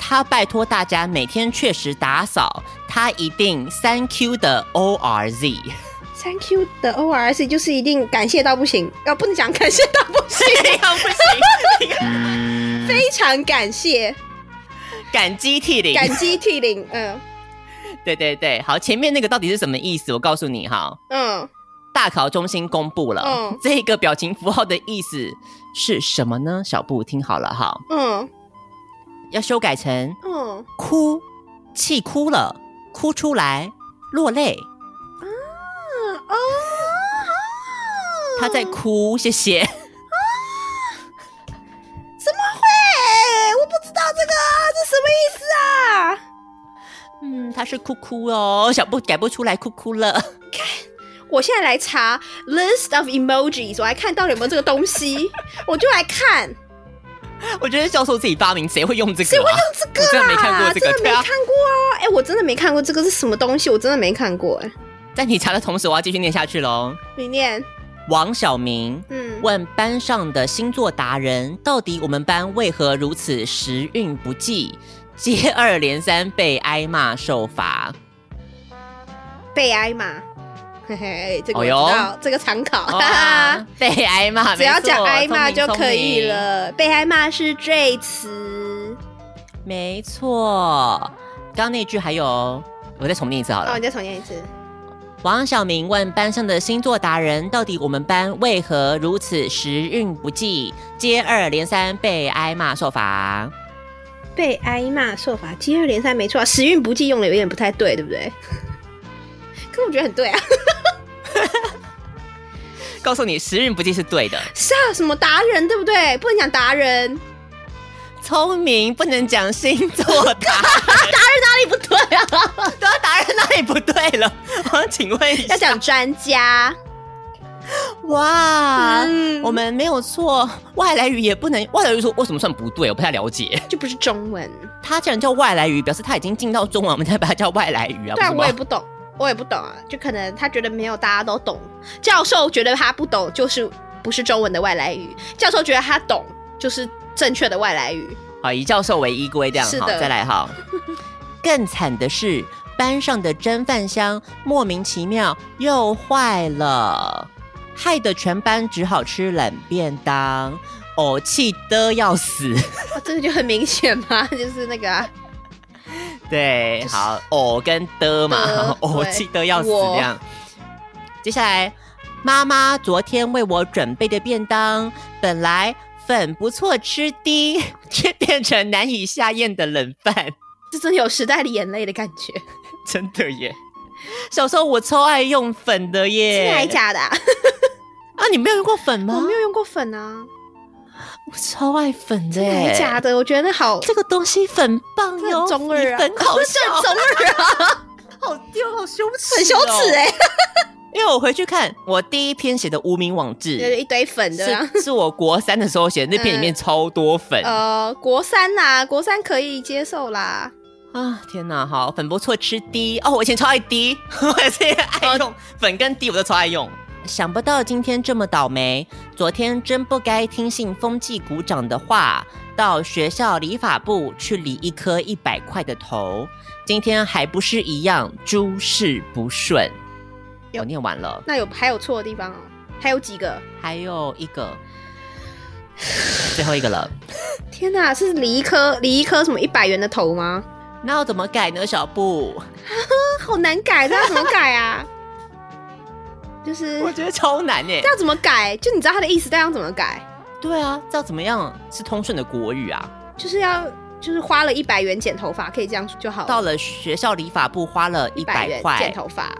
Speaker 1: 他拜托大家每天确实打扫，他一定三 Q 的 O R Z。
Speaker 2: Thank you 的 O R S 就是一定感谢到不行，啊，不能讲感谢到不 行，
Speaker 1: 这样不行，
Speaker 2: 非常感 谢，
Speaker 1: 感激涕零。
Speaker 2: 感激涕零，嗯
Speaker 1: 对对对，好，前面那个到底是什么意思？我告诉你哈，
Speaker 2: 嗯，
Speaker 1: 大考中心公布了、
Speaker 2: 嗯
Speaker 1: 这个表情符号的意思是什么呢？小布听好了哈，
Speaker 2: 嗯
Speaker 1: 要修改成
Speaker 2: 嗯，
Speaker 1: 哭，气哭了，哭出来，落泪。
Speaker 2: 哦，
Speaker 1: 他
Speaker 2: 哎
Speaker 1: 在哭，谢谢。
Speaker 2: 怎么会？我不知道这个，啊这什么意思啊？
Speaker 1: 嗯，他是哭哭哦， 小布改不出来，哭哭了。
Speaker 2: 我现在来查 list of emojis，我来看到底有没有这个东西，我就来看，
Speaker 1: 我觉得教授自己发明，谁会用这
Speaker 2: 谁
Speaker 1: 个、
Speaker 2: 会
Speaker 1: 啊？
Speaker 2: 用这个
Speaker 1: 我真的没看
Speaker 2: 啊？
Speaker 1: 过这个
Speaker 2: 真的没
Speaker 1: 对啊
Speaker 2: 看过啊！哎、我真的没看过这个是什么东西，我真的没看过、哎，
Speaker 1: 在你查的同时，我要继续念下去喽。
Speaker 2: 你念，
Speaker 1: 王晓明
Speaker 2: 嗯，
Speaker 1: 问班上的星座达人，到底我们班为何如此时运不济，接二连三被挨骂受罚？
Speaker 2: 被挨嘛，嘿嘿，这个我
Speaker 1: 哎
Speaker 2: 知
Speaker 1: 呦
Speaker 2: 道，这个常考， 哈
Speaker 1: 哇。
Speaker 2: 哈
Speaker 1: 哦被挨骂，
Speaker 2: 只要
Speaker 1: 没错
Speaker 2: 讲挨骂就可
Speaker 1: 聪
Speaker 2: 以。
Speaker 1: 明聪明
Speaker 2: 了。被挨骂是赘词。
Speaker 1: 没错，刚刚那句还有，我再重念一次好了。
Speaker 2: 哦，你再重念一次。
Speaker 1: 王晓明问班上的星座达人，到底我们班为何如此时运不济，接二连三被挨骂受罚？
Speaker 2: 被挨骂受罚，接二连三没错、啊，时运不济用的有点不太对，对不对？ 可我觉得很对啊。
Speaker 1: 告诉你，时运不济是对的。
Speaker 2: 是啊，什么达人对不对？不能讲达人，
Speaker 1: 聪明不能讲星座达人，
Speaker 2: 哪里不对啊？
Speaker 1: 对啊，达人哪里不对了？我想请问一下
Speaker 2: 要，讲专家。
Speaker 1: 哇，
Speaker 2: 嗯
Speaker 1: 我们没有错，外来语也不能，外来语说为什么算不对？我不太了解。
Speaker 2: 就不是中文。
Speaker 1: 它既然叫外来语，表示它已经进到中文，我们才把它叫外来语啊。
Speaker 2: 对啊，
Speaker 1: 不是吗
Speaker 2: 我也不懂，我也不懂啊。就可能他觉得没有大家都懂，教授觉得他不懂，就是不是中文的外来语；教授觉得他懂，就是正确的外 来语。
Speaker 1: 好，啊以教授为依归，这样
Speaker 2: 是
Speaker 1: 好，
Speaker 2: 的
Speaker 1: 再来哈。更惨的是，班上的蒸饭箱莫名其妙又坏了，害得全班只好吃冷便当，哦，气得要死。
Speaker 2: 啊，这个就很明显嘛， 就是那个、啊、
Speaker 1: 对，好，哦跟的嘛
Speaker 2: 的，
Speaker 1: 哦，
Speaker 2: 对
Speaker 1: 气得要死
Speaker 2: 我
Speaker 1: 这样。接下来，妈妈昨天为我准备的便当，本来粉不错吃的， 却变成难以下咽的冷饭。
Speaker 2: 这真的有时代的眼泪的感 觉，
Speaker 1: 真的耶！小时候我超爱用粉的耶，
Speaker 2: 真的还假的、啊？
Speaker 1: 啊？你没有用过粉吗？
Speaker 2: 我没有用过粉啊，
Speaker 1: 我超爱粉的
Speaker 2: 真的还
Speaker 1: 耶，
Speaker 2: 假的？我觉得好，
Speaker 1: 这个东西粉棒
Speaker 2: 这
Speaker 1: 哟，
Speaker 2: 很中二啊，
Speaker 1: 比粉好
Speaker 2: 这
Speaker 1: 笑，
Speaker 2: 很中二啊，
Speaker 1: 好丢，好羞耻
Speaker 2: 很羞耻
Speaker 1: 哎！
Speaker 2: 哎、
Speaker 1: 因为我回去看我第一篇写的无名网
Speaker 2: 就是
Speaker 1: 志，
Speaker 2: 一堆粉的、啊。
Speaker 1: 是是我国三的时候写，那篇里
Speaker 2: 嗯
Speaker 1: 面超多粉
Speaker 2: 呃，国三啦，国三可以接受啦。
Speaker 1: 啊！天哪，好粉不错，吃滴哦！我以前超爱滴， 我也是爱用粉跟滴，我都超爱用。想不到今天这么倒霉，昨天真不该听信风纪股长的话，到学校理发部去理一颗一百块的头，今天还不是一样诸事不顺。
Speaker 2: 有
Speaker 1: 我念完了，
Speaker 2: 那有还有错的地方哦，还有几个？
Speaker 1: 还有一个，最后一个了。
Speaker 2: 天哪，是理一颗理一颗什么一百元的头吗？
Speaker 1: 那要怎么改呢？小布，
Speaker 2: 啊，好难改，这要怎么改啊？就是
Speaker 1: 我觉得超难耶
Speaker 2: 这。要怎么改？就你知道它的意思，但要怎么改？
Speaker 1: 对啊，这要怎么样是通顺的国语啊？
Speaker 2: 就是要就是花了一百元剪头发，可以这样说就好
Speaker 1: 到
Speaker 2: 了。
Speaker 1: 了学校理发部花了哦一
Speaker 2: 100
Speaker 1: 百
Speaker 2: 元
Speaker 1: 块
Speaker 2: 剪，头 发，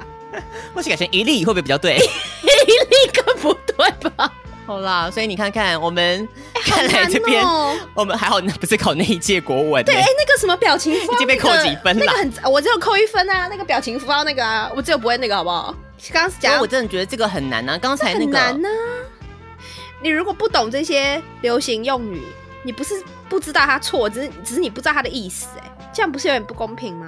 Speaker 1: 或许改成一粒会不会比较对？
Speaker 2: 一个不对吧？
Speaker 1: 好啦，所以你看看我们，
Speaker 2: 好
Speaker 1: 看来
Speaker 2: 难
Speaker 1: 这边、
Speaker 2: 哦
Speaker 1: 我们还好，那不是考那一届国文、欸，
Speaker 2: 对，哎、那个什么表情符号
Speaker 1: 已经被扣几分了
Speaker 2: 那个那个很，我只有扣一分啊。那个表情符号那个啊，我只有不会那个，好不好？刚刚
Speaker 1: 因为
Speaker 2: 讲
Speaker 1: 我真的觉得这个很难啊。刚才那
Speaker 2: 很
Speaker 1: 个
Speaker 2: 难呢、你如果不懂这些流行用语，你不是不知道它错，只是只是你不知道它的意思、哎，这样不是有点不公平吗？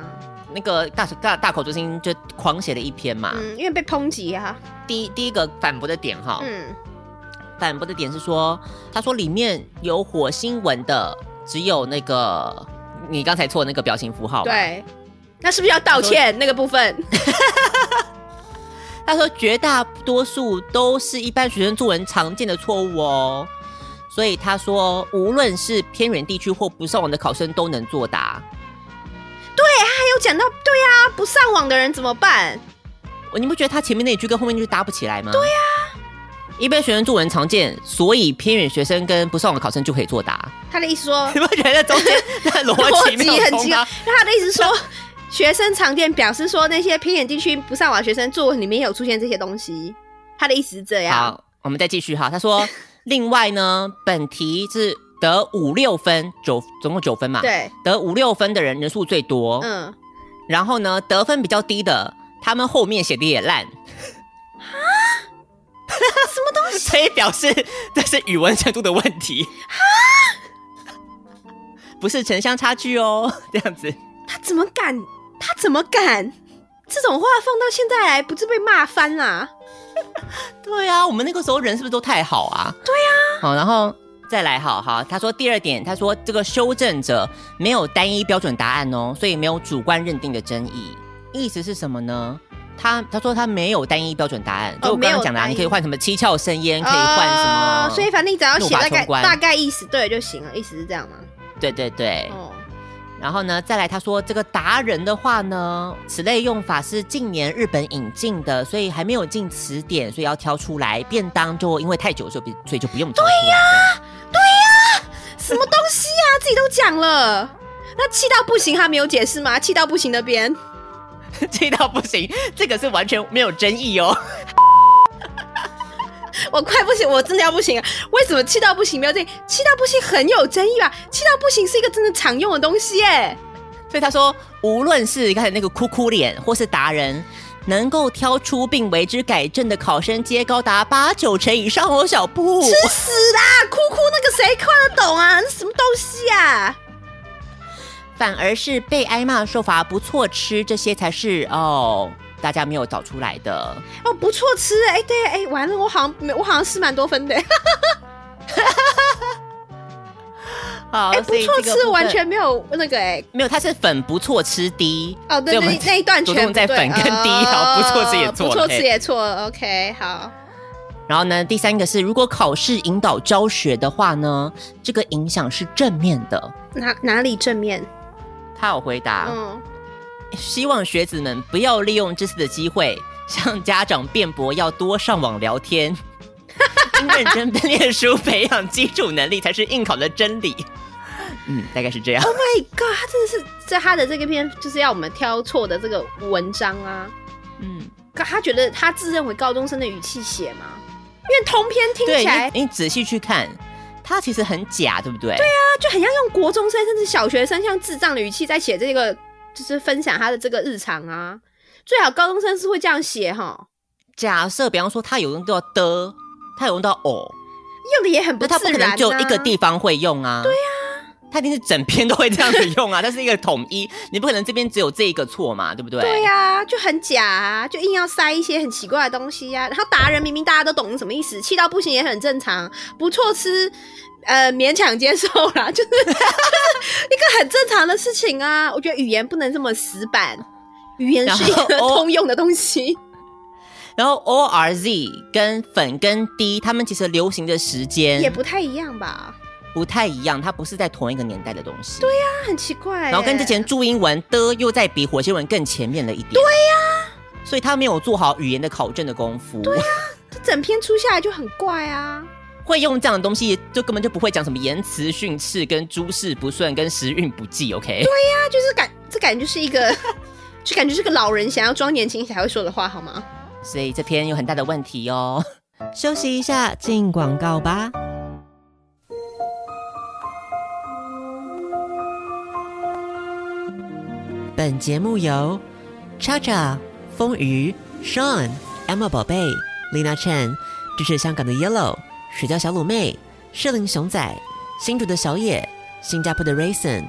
Speaker 1: 那个大大大口中心就狂写了一篇嘛。
Speaker 2: 嗯，因为被抨击啊。
Speaker 1: 第一第一个反驳的点哈，
Speaker 2: 嗯，
Speaker 1: 反驳的点是说，他说里面有火星文的，只有那个你刚才错的那个表情符号嘛。
Speaker 2: 对。那是不是要道歉那个部分？
Speaker 1: 他说绝大多数都是一般学生作文常见的错误哦。所以他说，无论是偏远地区或不上网的考生都能作答。
Speaker 2: 还有讲到，对呀、不上网的人怎么办？
Speaker 1: 哦你不觉得他前面那一句跟后面那句搭不起来吗？对呀、
Speaker 2: 啊
Speaker 1: 一般学生作文常见，所以偏远学生跟不上网的考生就可以作 答。
Speaker 2: 他的意思说
Speaker 1: 你，不觉得中间那逻辑
Speaker 2: 逻
Speaker 1: 没
Speaker 2: 辑
Speaker 1: 有
Speaker 2: 很
Speaker 1: 通
Speaker 2: 奇
Speaker 1: 吗
Speaker 2: 怪？。那他的意思说，学生常见表示说，那些偏远地区不上网学生作文里面有出现这些东西。他的意思是这样，
Speaker 1: 好，我们再继续哈。他说，另外呢，本题是得五六分，九总共九分嘛，，
Speaker 2: 对，
Speaker 1: 得五六分的人人数最多，
Speaker 2: 嗯，
Speaker 1: 然后呢，得分比较低的，他们后面写的也烂。啊？什么东西？ 所以表示这是语文程度的问题。啊不是城乡差距哦，这样子。
Speaker 2: 他怎么敢？他怎么敢？这种话放到现在来，不是被骂翻啦、
Speaker 1: 对啊，我们那个时候人是不是都太好啊？对啊。好，然后再来，好好。他说第二点，他说这个修正者没有单一标准答案哦，所以没有主观认定的争议。意思是什么呢？他他说他没有单一标准答案，就
Speaker 2: 哦
Speaker 1: 我刚
Speaker 2: 没
Speaker 1: 刚
Speaker 2: 有
Speaker 1: 讲的、啊，
Speaker 2: 单一
Speaker 1: 你可以换什么七窍生烟，可以换什么？
Speaker 2: 哦所以反正你只要写
Speaker 1: 怒发
Speaker 2: 大概
Speaker 1: 冲冠
Speaker 2: 大概意思对就行了，意思是这样吗？
Speaker 1: 对对对。
Speaker 2: 哦，
Speaker 1: 然后呢，再来他说这个达人的话呢，此类用法是近年日本引进的，所以还没有进词典，所以要挑出来。便当就因为太久，所以不所以就不用挑出来。对呀、
Speaker 2: 什么东西啊？自己都讲了，那气到不行，他没有解释吗？气到不行那边，
Speaker 1: 这道不行，这个是完全没有争议哦。
Speaker 2: 我快不行，我真的要不行了。啊为什么气到不行没有这？气到不行很有争议吧？气到不行是一个真的常用的东西耶。
Speaker 1: 所以他说，无论是刚才那个哭哭脸，或是达人，能够挑出并为之改正的考生，皆高达八九成以上哦，小布。
Speaker 2: 去死啦！哭哭那个谁看得懂啊？那什么东西啊？
Speaker 1: 反而是被挨骂、受罚、不错吃，这些才是哦，大家没有找出来的。
Speaker 2: 哦，不错吃哎、对哎、完了，我好像没，我好像是蛮多分
Speaker 1: 哎
Speaker 2: 的、
Speaker 1: 好，
Speaker 2: 哎、
Speaker 1: 啊所
Speaker 2: 不
Speaker 1: 以
Speaker 2: 错
Speaker 1: 这个部
Speaker 2: 吃
Speaker 1: 分
Speaker 2: 完全没有那个哎、
Speaker 1: 没有，它是粉不错吃低
Speaker 2: 哦，
Speaker 1: 所
Speaker 2: 对
Speaker 1: 以我
Speaker 2: 对
Speaker 1: 们，
Speaker 2: 那一段
Speaker 1: 着
Speaker 2: 全
Speaker 1: 重
Speaker 2: 部
Speaker 1: 在
Speaker 2: 对
Speaker 1: 粉跟低，
Speaker 2: 哦
Speaker 1: 好，不错吃也错了，
Speaker 2: 不错吃
Speaker 1: 嘿
Speaker 2: 也错了，OK，好，
Speaker 1: 然后呢，第三个是，如果考试引导教学的话呢，这个影响是正面的。
Speaker 2: 哪哪里正面？
Speaker 1: 他有回答，
Speaker 2: 嗯，
Speaker 1: 希望学子们不要利用这次的机会向家长辩驳，要多上网聊天， 应认真地念书，培养基础能力才是应考的真理。嗯，大概是这样。
Speaker 2: 哎哥，他真的是在他的这个篇，就是要我们挑错的这个文章啊。
Speaker 1: 嗯，
Speaker 2: 可他觉得他自认为高中生的语气写吗？因为通篇听
Speaker 1: 对
Speaker 2: 起来，
Speaker 1: 你你仔细去看，它其实很假，对不对？对啊，
Speaker 2: 他就很像用国中生甚至小学生像智障的语气在写这个，就是分享他的这个日常啊。最好高中生是会这样写哈，
Speaker 1: 假设比方说它有用到的，它有用到偶、
Speaker 2: 用的也很
Speaker 1: 那
Speaker 2: 不
Speaker 1: 它
Speaker 2: 自
Speaker 1: 不可
Speaker 2: 然、啊。
Speaker 1: 能就一个地方会用啊。对呀、它一定是整篇都会这样子用啊，它 是一个统一，你不可能这边只有这一个错嘛，对不对？
Speaker 2: 对、啊呀、就很假、啊，就硬要塞一些很奇怪的东西啊呀、然后达人明明大家都懂什么意思，气到不行也很正常，不错吃，呃，勉强接受啦， 就是就是一个很正常的事情啊。我觉得语言不能这么死板，语言是一个
Speaker 1: 然后哦
Speaker 2: 通用的东西。
Speaker 1: 然后 O R Z 跟粉跟 D，他们其实流行的时
Speaker 2: 也
Speaker 1: 间
Speaker 2: 不太一样吧？
Speaker 1: 不太一样，它不是在同一个年代的东西。对呀、
Speaker 2: 那很奇怪欸、
Speaker 1: 然后跟之前注英文的又在比火星文更前面了一点。对呀、所以他没有做好语言的考证的功夫。对
Speaker 2: 这整篇出下来就很怪啊。
Speaker 1: 会用这样的东西，就根本就不会讲什么言辞训斥、跟诸事不顺、跟时运不济。OK，
Speaker 2: 那就是感，这感觉是一个， 就感觉是个老人想要装年轻才会说的话，好吗？
Speaker 1: 所以这篇有很大的问题哦。 休息一下，进广告吧。本节目由叉叉、风鱼、Sean、Emma 宝贝、Lina Chen 支持香港的 Yellow、水饺小卤妹、士林熊仔、新竹的小野、新加坡的 Raisin、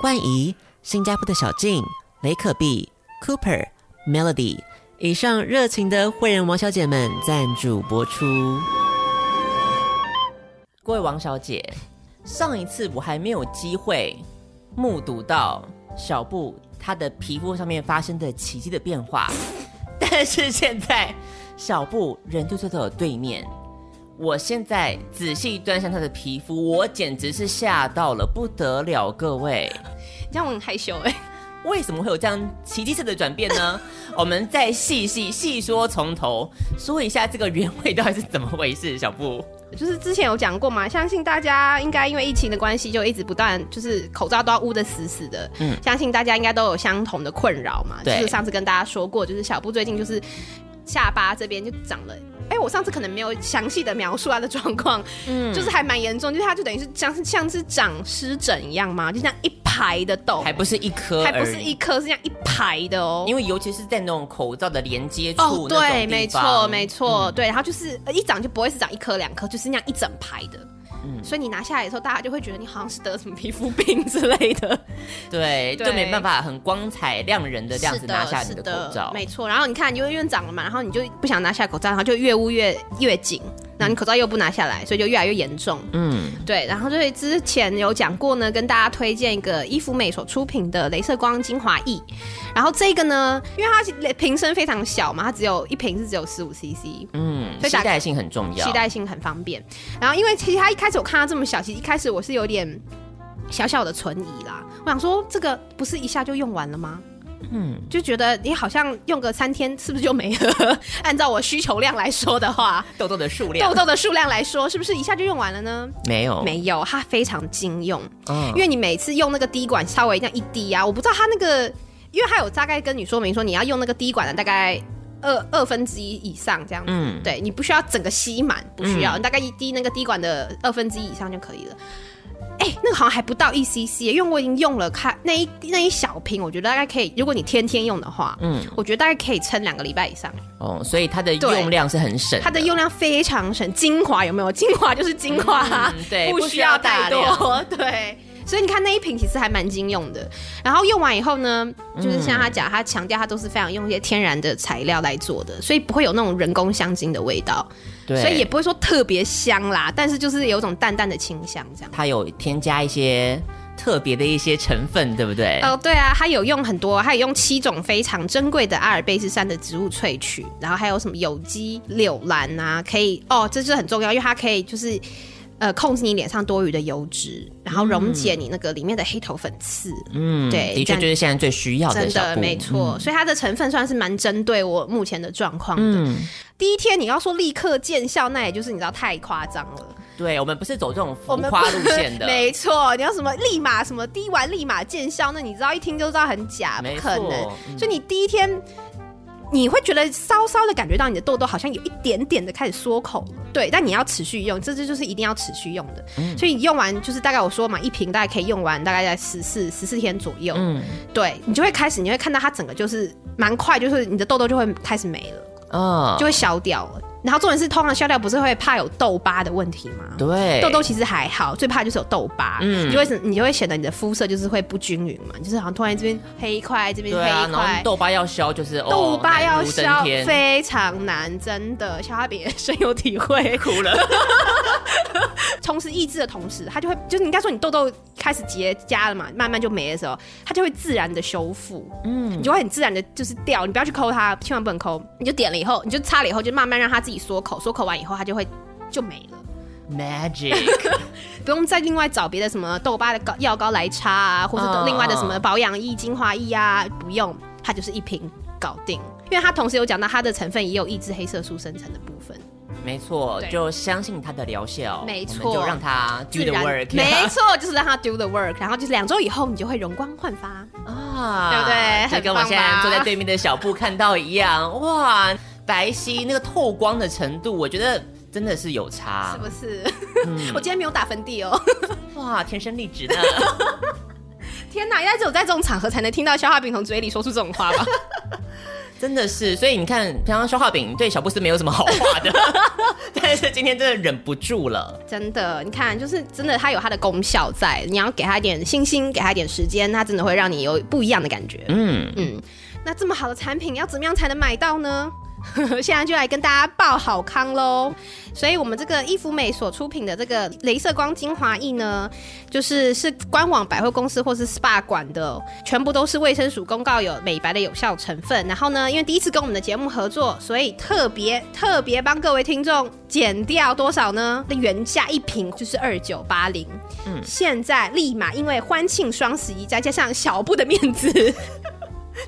Speaker 1: 冠怡、新加坡的小静、雷可碧、Cooper、Melody。以上热情的会员王小姐们赞助播出。各位王小姐，上一次我还没有机会目睹到小布她的皮肤上面发生的奇迹的变化，但 但是现在小布人就坐在我对面，我现在仔细端详他的皮肤，我简直是吓到了不得了，各位。
Speaker 2: 你这样我很害羞哎、
Speaker 1: 为什么会有这样奇迹式的转变呢？ 我们再细细细说从头说一下这个原味到底是怎么回事，小布。
Speaker 2: 就是之前有讲过嘛，相信大家应该因为疫情的关系，就一直不断就是口罩都要捂得死死的。
Speaker 1: 嗯
Speaker 2: 相信大家应该都有相同的困扰嘛。就
Speaker 1: 对
Speaker 2: 是上次跟大家说过，就是小布最近就是下巴这边就长了。哎、我上次可能没有详细的描述他的状况，嗯，就是还蛮严重，就是他就等于是像是像是长湿疹一样嘛，就这样一排的痘，
Speaker 1: 还不是一颗，
Speaker 2: 还不是一，颗，是这样一排的哦。
Speaker 1: 哎因为尤其是在那种口罩的连接处、
Speaker 2: 哦，
Speaker 1: 那种地
Speaker 2: 对，没错，
Speaker 1: 方嗯
Speaker 2: 没错，对，然后就是呃一长就不会是长一颗两颗，就是那样一整排的。
Speaker 1: 嗯
Speaker 2: 所以你拿下来的时候，大家就会觉得你好像是得什么皮肤病之类的，
Speaker 1: 对，
Speaker 2: 对
Speaker 1: 就没办法很光彩亮 人的这样子拿下你
Speaker 2: 是的
Speaker 1: 口罩，
Speaker 2: 没错。然后你看，你就因为长了嘛，然后你就不想拿下口罩，然后就越捂越越紧，然后你口罩又不拿下来，所以就越来越严重。
Speaker 1: 嗯，
Speaker 2: 对，然后就是之前有讲过呢，跟大家推荐一个伊芙美所出品的镭射光精华液，然后这个呢，因为它瓶身非常小嘛，它只有一瓶是只有十五 CC，
Speaker 1: 嗯，
Speaker 2: 所以
Speaker 1: 期
Speaker 2: 打
Speaker 1: 待性很重要，
Speaker 2: 期待性很方便。然后因为其实他一开始我看他这么小，其实一开始我是有点小小的存疑啦。我想说这个不是一下就用完了吗？
Speaker 1: 嗯，
Speaker 2: 就觉得你好像用个三天是不是就没了？ 按照我需求量来说的话，
Speaker 1: 痘痘的数量
Speaker 2: 痘痘的数量来说，是不是一下就用完了呢？
Speaker 1: 没有，
Speaker 2: 没有，它非常经用，
Speaker 1: 嗯，
Speaker 2: 因为你每次用那个滴管稍微这样一滴啊，我不知道它那个，因为它有大概跟你说明说你要用那个滴管的大概二二分之一以上这样子。
Speaker 1: 嗯，
Speaker 2: 对你不需要整个吸满，不需要，你大概一滴那个滴管的二分之一以上就可以了。哎、那个好像还不到一 cc，因为我已经用了看那一那一小瓶，我觉得大概可以，如果你天天用的话，嗯
Speaker 1: 嗯，
Speaker 2: 我觉得大概可以撑两个礼拜以上。
Speaker 1: 哦，所以它的
Speaker 2: 对
Speaker 1: 用量是很省，
Speaker 2: 它的用量非常省，精华有没有？精华就是精华、
Speaker 1: 嗯 对
Speaker 2: 不
Speaker 1: 不
Speaker 2: 需
Speaker 1: 需
Speaker 2: 要
Speaker 1: 要
Speaker 2: 太
Speaker 1: 大
Speaker 2: 多， 对。所以你看那一瓶其实还蛮经用的，然后用完以后呢，就是像他讲，他强调他都是非常用一些天然的材料来做的，所以不会有那种人工香精的味道。
Speaker 1: 对，
Speaker 2: 所以也不会说特别香啦，但是就是有一种淡淡的清香这样。
Speaker 1: 它有添加一些特别的一些成分，对不对？
Speaker 2: 哦，对啊，它有用很多，它有用七种非常珍贵的阿尔卑斯山的植物萃取，然后还有什么有机柳兰啊，可以哦，这是很重要，因为它可以就是呃控制你脸上多余的油脂，然后溶解你那个里面的黑头粉刺。
Speaker 1: 嗯，
Speaker 2: 对
Speaker 1: 的
Speaker 2: 这
Speaker 1: 确
Speaker 2: 样
Speaker 1: 就是现在最需要
Speaker 2: 真
Speaker 1: 小嗯
Speaker 2: 的
Speaker 1: 布
Speaker 2: 没错，所以它的成分算是蛮针对我目前的状况的。
Speaker 1: 嗯，
Speaker 2: 第一天你要说立刻见效，那也就是你知道太夸张了。
Speaker 1: 对我们不是走这种浮
Speaker 2: 我们
Speaker 1: 夸
Speaker 2: 不
Speaker 1: 路线的，
Speaker 2: 没错。你要什么立马什么滴完立马见效，那你知道一听就知道很假，不
Speaker 1: 没
Speaker 2: 可能
Speaker 1: 错。嗯
Speaker 2: 所以你第一天。你会觉得稍稍的感觉到你的痘痘好像有一点点的开始缩口了，对，但你要持续用，这这就是一定要持续用的。
Speaker 1: 嗯
Speaker 2: 所以你用完就是大概我说嘛，一瓶大概可以用完大概在十四十四天左右，
Speaker 1: 嗯
Speaker 2: 对你就会开始你会看到它整个就是蛮快，就是你的痘痘就会开始没了，
Speaker 1: 啊，
Speaker 2: 就会消掉了。然后重点是，通常消掉不是会怕有痘疤的问题吗？
Speaker 1: 对
Speaker 2: 痘痘其实还好，最怕就是有痘疤，
Speaker 1: 哎嗯
Speaker 2: 你就会你就会显得你的肤色就是会不均匀嘛，就是好像突然这边黑一块，这边
Speaker 1: 对
Speaker 2: 黑
Speaker 1: 啊，
Speaker 2: 一
Speaker 1: 然后
Speaker 2: 块。
Speaker 1: 痘疤要消就是哦
Speaker 2: 痘疤要
Speaker 1: 难如登
Speaker 2: 消
Speaker 1: 天
Speaker 2: 非常难，真的，小花饼也深有体会。
Speaker 1: 哭了，
Speaker 2: 充实意志的同时，它就会，就是你应该说你痘痘开始结痂了嘛，慢慢就没的时候，它就会自然的修复，嗯，你就会很自然的就是掉，你不要去抠它，千万不能抠，你就点了以后，你就擦了以后，就慢慢让它自己缩口，缩口完以后，它就会就没了。
Speaker 1: magic，
Speaker 2: 不用再另外找别的什么痘疤的膏药膏来擦啊，或者
Speaker 1: 嗯
Speaker 2: 另外的什么保养液、精华液啊，不用，它就是一瓶搞定。因为它同时有讲到它的成分也有抑制黑色素生成的部分，
Speaker 1: 没错
Speaker 2: 对，
Speaker 1: 就相信它的疗效，
Speaker 2: 没错
Speaker 1: 我们就让它 do
Speaker 2: 自
Speaker 1: the
Speaker 2: 然
Speaker 1: work，
Speaker 2: 没错，就是让它 do the work，然后就是两周以后你就会容光焕发。
Speaker 1: 啊，
Speaker 2: 对不对
Speaker 1: 就
Speaker 2: 很
Speaker 1: 跟我
Speaker 2: 棒
Speaker 1: 现在
Speaker 2: 吧
Speaker 1: 坐在对面的小布看到一样，哇，白皙那个透光的程度，我觉得真的是有差，
Speaker 2: 是不是？
Speaker 1: 嗯
Speaker 2: 我今天没有打粉底哦。
Speaker 1: 哇，天生丽质呢。
Speaker 2: 天哪，应该只有在这种场合才能听到消化饼从嘴里说出这种话 吧？
Speaker 1: 真的是，所以你看，平常消化饼对小布是没有什么好话的， 但是今天真的忍不住了。
Speaker 2: 真的，你看，就是真的，它有它的功效在，你要给它一点信心，给它一点时间，它真的会让你有不一样的感觉。
Speaker 1: 嗯，
Speaker 2: 嗯，那这么好的产品要怎么样才能买到呢？ 现在就来跟大家报好康喽。所以，我们这个伊芙美所出品的这个镭射光精华液呢，就是是官网百货公司或是 SPA 馆的，全部都是卫生署公告有美白的有效成分。然后呢，因为第一次跟我们的节目合作，所以特别特别帮各位听众减掉多少呢？那原价一瓶就是二九八零，嗯，现在立马因为欢庆双十一，再加上小布的面子，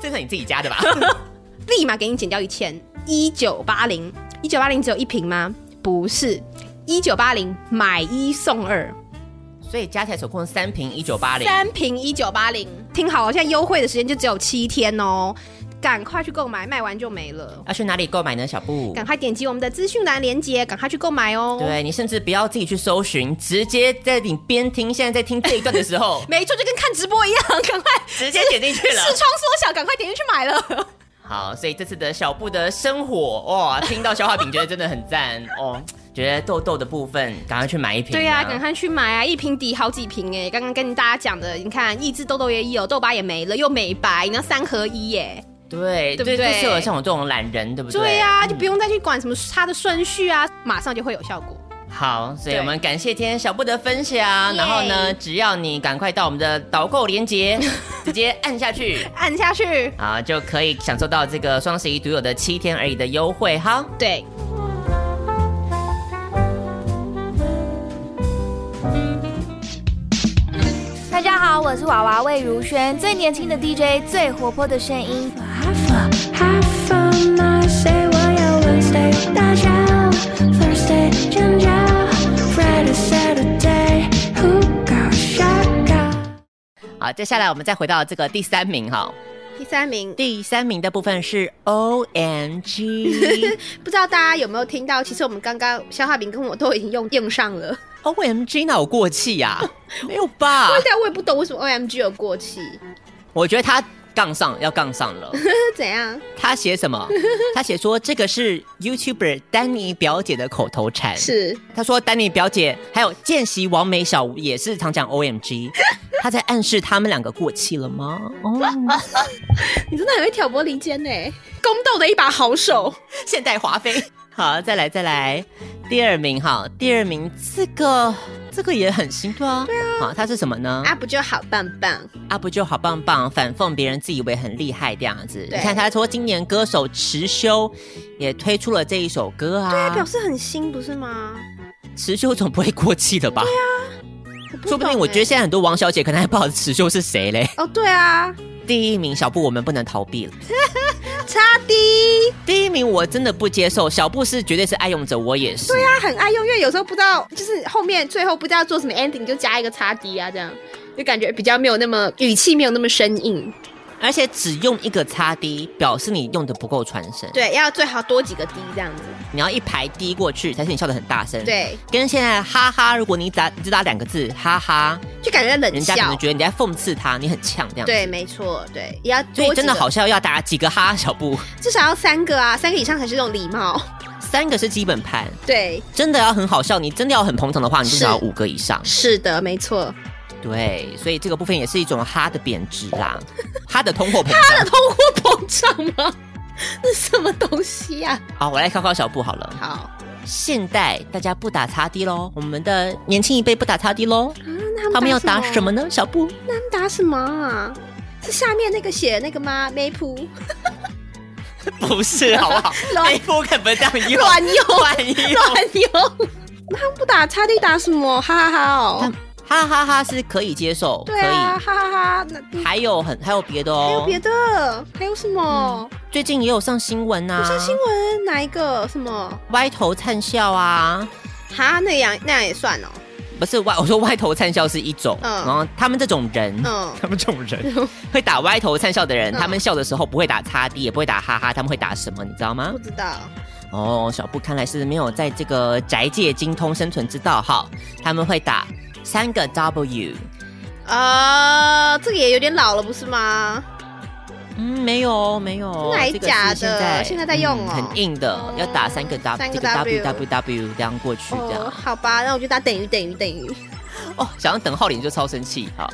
Speaker 1: 这是你自己 加的吧？
Speaker 2: 立马给你减掉一千一九八零，一九八零只有一瓶吗？不是，一九八零买一送二，
Speaker 1: 所以加起来总共三瓶一九八零，
Speaker 2: 三瓶一九八零。听好了，现在优惠的时间就只有七天哦，赶快去购买，卖完就没了。
Speaker 1: 要去哪里购买呢？小布
Speaker 2: 赶，快点击我们的资讯栏链接，赶快去购买哦。，，
Speaker 1: 对你甚至不要自己去搜寻，直接在你边听现在在听这一段的时候
Speaker 2: 没错，就跟看直播一样， 赶快
Speaker 1: 直接点进去
Speaker 2: 视
Speaker 1: 了
Speaker 2: 窗。缩小，赶快点进去 买了。
Speaker 1: 好，所以这次的小布的生活，哇，听到消化饼觉得真的很赞哦，觉得痘痘的部分赶快去买一瓶、啊
Speaker 2: 对呀、赶。快去买啊！一瓶抵好几瓶哎、刚刚跟大家讲的，你看益智痘痘也有，痘疤也没了，又美白，然后三合一耶、
Speaker 1: 对，
Speaker 2: 对不对
Speaker 1: 就适合像我这种懒人，对不对？
Speaker 2: 对啊呀、就不用再去管什么它的顺序啊，马上就会有效果。
Speaker 1: 好，所以
Speaker 2: 对
Speaker 1: 我们感谢今天小布的分享。然后呢，
Speaker 2: 耶
Speaker 1: 只要你赶快到我们的导购链 接，直接按下去。
Speaker 2: 按下去，
Speaker 1: 啊，就可以享受到这个双十一独有的七天而已的优惠哈。
Speaker 2: 对，
Speaker 4: 大家好，我是娃娃魏如萱，最年轻的 DJ，最活泼的声音。
Speaker 5: Have fun, I say what you will say. 大家 Thursday, 尖叫 Friday, Saturday, who got shaka?
Speaker 1: 好，接下来我们再回到这个第三名哈。
Speaker 2: 第三名。
Speaker 1: 第三名的部分是 O M G
Speaker 2: 不知道大家有没有听到？其实我们刚刚消化饼跟我都已经用用上了，
Speaker 1: O M G 哪有过气呀、 没有吧？
Speaker 2: 但我也不懂为什么 OMG 有过期，
Speaker 1: 我觉得他杠上要杠上 了。
Speaker 2: 是怎样？
Speaker 1: 他写什么？他写说这个是 YouTuber 丹尼表姐的口头禅。
Speaker 2: 是
Speaker 1: 他说丹尼表姐还有见习王美小吴也是常讲 O M G，他在暗示他们两个过气了吗？哦，
Speaker 2: 你真的很会挑拨离间呢，宫斗的一把好手。
Speaker 1: 现代华妃。好，再来再来，第二名哈，第二名这个这个也很心对啊，对啊，好，它是什么呢？
Speaker 2: 啊，不就好棒棒？
Speaker 1: 阿布就好棒棒，反讽别人自以为很厉害这样子。你
Speaker 2: 对
Speaker 1: 看他说今年歌手池修也推出了这一首歌啊，
Speaker 2: 他表示很新，不是吗？
Speaker 1: 池修总不会过气的吧？
Speaker 2: 我懂
Speaker 1: 说啊不定哎我觉得
Speaker 2: 欸
Speaker 1: 现在很多王小姐可能还不好池修是谁嘞。
Speaker 2: 哦，对啊，
Speaker 1: 第一名小布我们不能逃避了，
Speaker 2: 差低，
Speaker 1: 第一名我真的不接受，小布是绝对是爱用者，我也是。对啊，
Speaker 2: 他很爱用，因为有时候不知道，就是后面最后不知道做什么 ending 就加一个差低啊，这样就感觉比较没有那么语气没有那么生硬。
Speaker 1: 而且只用一个擦滴，表示你用的不够传神。
Speaker 2: 对，要最好多几个低这样子。
Speaker 1: 你要一排滴过去，才是你笑得很大声。，
Speaker 2: 对，
Speaker 1: 跟现在哈哈，如果你打只打两个字哈哈，
Speaker 2: 就感觉在冷
Speaker 1: 人家可
Speaker 2: 笑
Speaker 1: 能。觉得你在讽刺他，你很呛这样。，
Speaker 2: 对，没错，对，也要
Speaker 1: 所
Speaker 2: 多
Speaker 1: 以真的
Speaker 2: 几个
Speaker 1: 好，笑要打几个哈，小布，
Speaker 2: 至少要三个啊，三个以上才是这种礼貌。
Speaker 1: 三个是基本盘。
Speaker 2: 对，
Speaker 1: 真的要很好笑，你真的要很捧场的话，你至少要
Speaker 2: 是
Speaker 1: 五个以上。
Speaker 2: 是的，没 错。
Speaker 1: 对，所以这个部分也是一种哈的贬值 啦，哈的通货膨
Speaker 2: 那
Speaker 1: 胀。
Speaker 2: 通货膨胀吗？那什么东西呀、
Speaker 1: 好，我来考考小布好了。
Speaker 2: 好啊，
Speaker 1: 现代大家不打擦滴喽，我们的年轻一辈不打擦滴喽，
Speaker 2: 那
Speaker 1: 他们要打什？么呢？小布，
Speaker 2: 他们打什么啊？是下面那个写的那个吗？梅普
Speaker 1: 不是，好不 好？
Speaker 2: 乱
Speaker 1: 那一波可不是这样用，
Speaker 2: 乱用
Speaker 1: 乱用。
Speaker 2: 乱用。他们不打擦地打什么？哈哈哈哦！
Speaker 1: 哈哈哈是可以接受，
Speaker 2: 对啊，哈哈哈！那
Speaker 1: 可以。还有很还有别的
Speaker 2: 还有
Speaker 1: 哦，
Speaker 2: 别的？还有什么？
Speaker 1: 最近也有上新闻呐、
Speaker 2: 有
Speaker 1: 啊，
Speaker 2: 上新闻哪一个？什么？
Speaker 1: 歪头灿笑啊，
Speaker 2: 哈，那样那样也算哦。
Speaker 1: 不是歪，我说歪头灿笑是一种，
Speaker 2: 嗯
Speaker 1: 然后他们这种人，
Speaker 2: 嗯，
Speaker 1: 他们这种人会打歪头灿笑的人，
Speaker 2: 嗯
Speaker 1: 他们笑的时候不会打擦地，也不会打哈哈，他们会打什么？你知道吗
Speaker 2: 不？知道。
Speaker 1: 哦，小布看来是没有在这个宅界精通生存之道哈，他们会打三个 W。
Speaker 2: 啊、这个也有点老了，不是吗？
Speaker 1: 嗯，没有没有，
Speaker 2: 真的还
Speaker 1: 这个
Speaker 2: 假
Speaker 1: 是现
Speaker 2: 的
Speaker 1: 在嗯
Speaker 2: 现在在用哦
Speaker 1: 很硬的，
Speaker 2: 哦
Speaker 1: 要打三个 W，
Speaker 2: 三
Speaker 1: 这
Speaker 2: 个
Speaker 1: 个 W
Speaker 2: W 哦
Speaker 1: W W 这样过去这样。
Speaker 2: 好吧，那我就打等于等于等于。
Speaker 1: 哦，想要等号脸就超生气哈。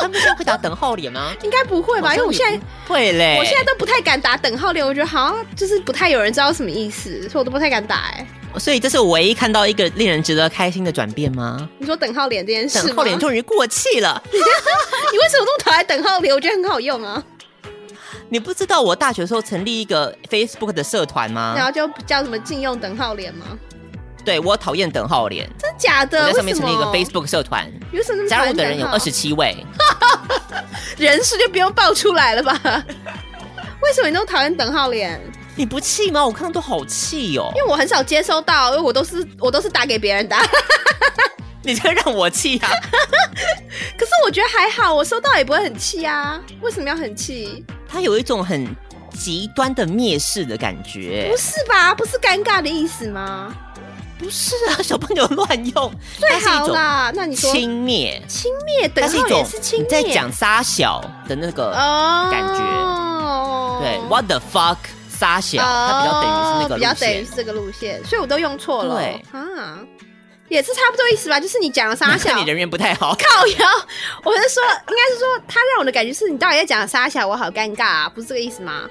Speaker 1: 他们现在会打等号脸吗？
Speaker 2: 应该不会吧？因为我现在
Speaker 1: 会嘞，
Speaker 2: 我现在都不太敢打等号脸，我觉得好像就是不太有人知道什么意思，所以我都不太敢打、哎，
Speaker 1: 所以这是我唯一看到一个令人值得开心的转变吗？
Speaker 2: 你说等号脸这件事吗，
Speaker 1: 等号脸终于过气了。
Speaker 2: 哎你为什么那么讨厌等号脸？我觉得很好用啊。
Speaker 1: 你不知道我大学的时候成立一个 Facebook 的社团
Speaker 2: 然
Speaker 1: 吗？
Speaker 2: 后就叫什么禁用等号脸吗？
Speaker 1: 对我讨厌等号脸，
Speaker 2: 真假的？
Speaker 1: 我在
Speaker 2: 为
Speaker 1: 上面
Speaker 2: 什
Speaker 1: 成立一
Speaker 2: 么
Speaker 1: 个 Facebook 社团，
Speaker 2: 有什么那么讨
Speaker 1: 加入
Speaker 2: 厌
Speaker 1: 的人有
Speaker 2: 等号
Speaker 1: 二十七位。
Speaker 2: 人数就不用报出来了吧？ 为什么你那么讨厌等号脸？
Speaker 1: 你不气吗？我看到都好气哦
Speaker 2: 因！为我很少接收到，因为我都是我都是打给别人啊打。
Speaker 1: 你这让我气啊！
Speaker 2: 可是我觉得还好，我收到也不会很气啊。为什么要很气？
Speaker 1: 他有一种很极端的蔑视的感觉
Speaker 2: 不。是吧？不是尴尬的意思吗？
Speaker 1: 不是啊，小朋友乱用，
Speaker 2: 最
Speaker 1: 它是
Speaker 2: 好
Speaker 1: 一种
Speaker 2: 啦。那你说
Speaker 1: 轻蔑，
Speaker 2: 轻蔑，
Speaker 1: 它
Speaker 2: 等
Speaker 1: 是一
Speaker 2: 号
Speaker 1: 种
Speaker 2: 也是轻
Speaker 1: 你
Speaker 2: 蔑，
Speaker 1: 在讲撒小的那个
Speaker 2: 哦
Speaker 1: 感觉。对，What the fuck，撒小，它比较等于是那个
Speaker 2: 哦比较
Speaker 1: 路
Speaker 2: 等于
Speaker 1: 线
Speaker 2: 是。这个路线，所以我都用错了
Speaker 1: 对
Speaker 2: 啊，也是差不多意思吧？就是你讲了撒小
Speaker 1: 那，你人缘不太好，
Speaker 2: 靠腰，我是说，应该是说，他让我的感觉是你到底在讲沙小，我好尴尬啊，不是这个意思吗？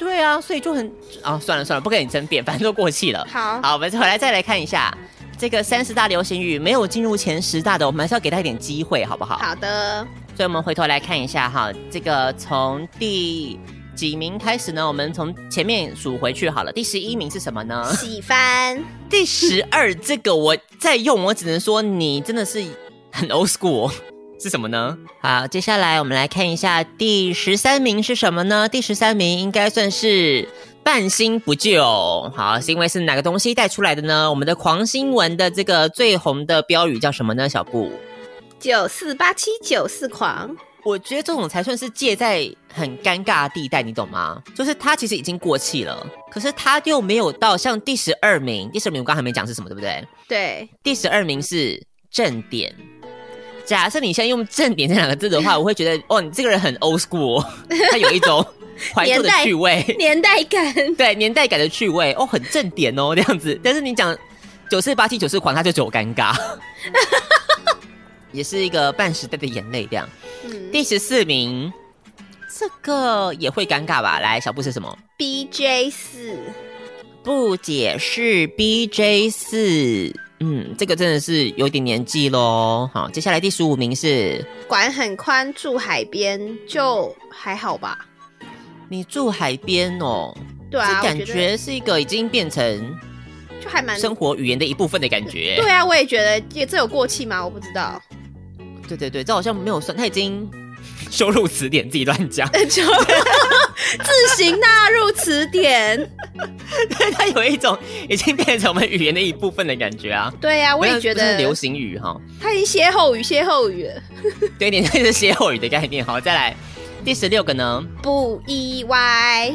Speaker 1: 对啊，所以就很啊，算了算了，不跟你争辩，反正都过气了。
Speaker 2: 好
Speaker 1: 好，我们再回来再来看一下这个三十大流行语没有进入前十大的，我们还是要给他一点机会，好不好？
Speaker 2: 好的，
Speaker 1: 所以我们回头来看一下哈，这个从第几名开始呢？我们从前面数回去好了。第十一名是什么呢？
Speaker 2: 喜欢，
Speaker 1: 第十二，这个我在用，我只能说你真的是很 old school 哦。是什么呢？好，接下来我们来看一下第十三名是什么呢？第十三名应该算是半新不旧。好，是因为是哪个东西带出来的呢？我们的狂新闻的这个最红的标语叫什么呢？小布，
Speaker 2: 九四八七九四狂，
Speaker 1: 我觉得这种才算是介在很尴尬的地带，你懂吗？就是它其实已经过气了，可是它又没有到像第十二名，第十二名我刚才没讲是什么，对不对？
Speaker 2: 对，
Speaker 1: 第十二名是正点。假设你现在用“正点”这两个字的话，我会觉得，哦，你这个人很 old school，哦他有一 种怀旧的
Speaker 2: 年代
Speaker 1: 趣味，
Speaker 2: 年代感，
Speaker 1: 对年代感的趣味，哦，很正点哦，这样子。但是你讲九四八七九四狂，他就只有尴尬， 也是一个半时代的眼泪这样。
Speaker 2: 嗯
Speaker 1: 第十四名，这个也会尴尬吧？来，小布是什么？
Speaker 2: ，BJ 四，
Speaker 1: 不解释 BJ 四，嗯，这个真的是有点年纪喽。好，接下来第十五名是
Speaker 2: 管很宽，住海边就还好吧？
Speaker 1: 你住海边哦，
Speaker 2: 对啊，
Speaker 1: 这感
Speaker 2: 我觉
Speaker 1: 觉是一个已经变成
Speaker 2: 得就还蛮。
Speaker 1: 生活语言的一部分的感觉。
Speaker 2: 对啊，我也觉得这这有过气吗？我不知道，
Speaker 1: 对对对，这好像没有算，他已经 羞辱词典，自己乱 讲，
Speaker 2: 就自行纳入词典。
Speaker 1: 他有一种已经变成我们语言的一部分的感觉啊。
Speaker 2: 对啊，我也
Speaker 1: 不是
Speaker 2: 觉
Speaker 1: 不是
Speaker 2: 得
Speaker 1: 流行语哈、
Speaker 2: 他已经歇后语，歇后语了
Speaker 1: 对，有点像是歇后语的概念。好，再来第十六个呢，
Speaker 2: 不意外。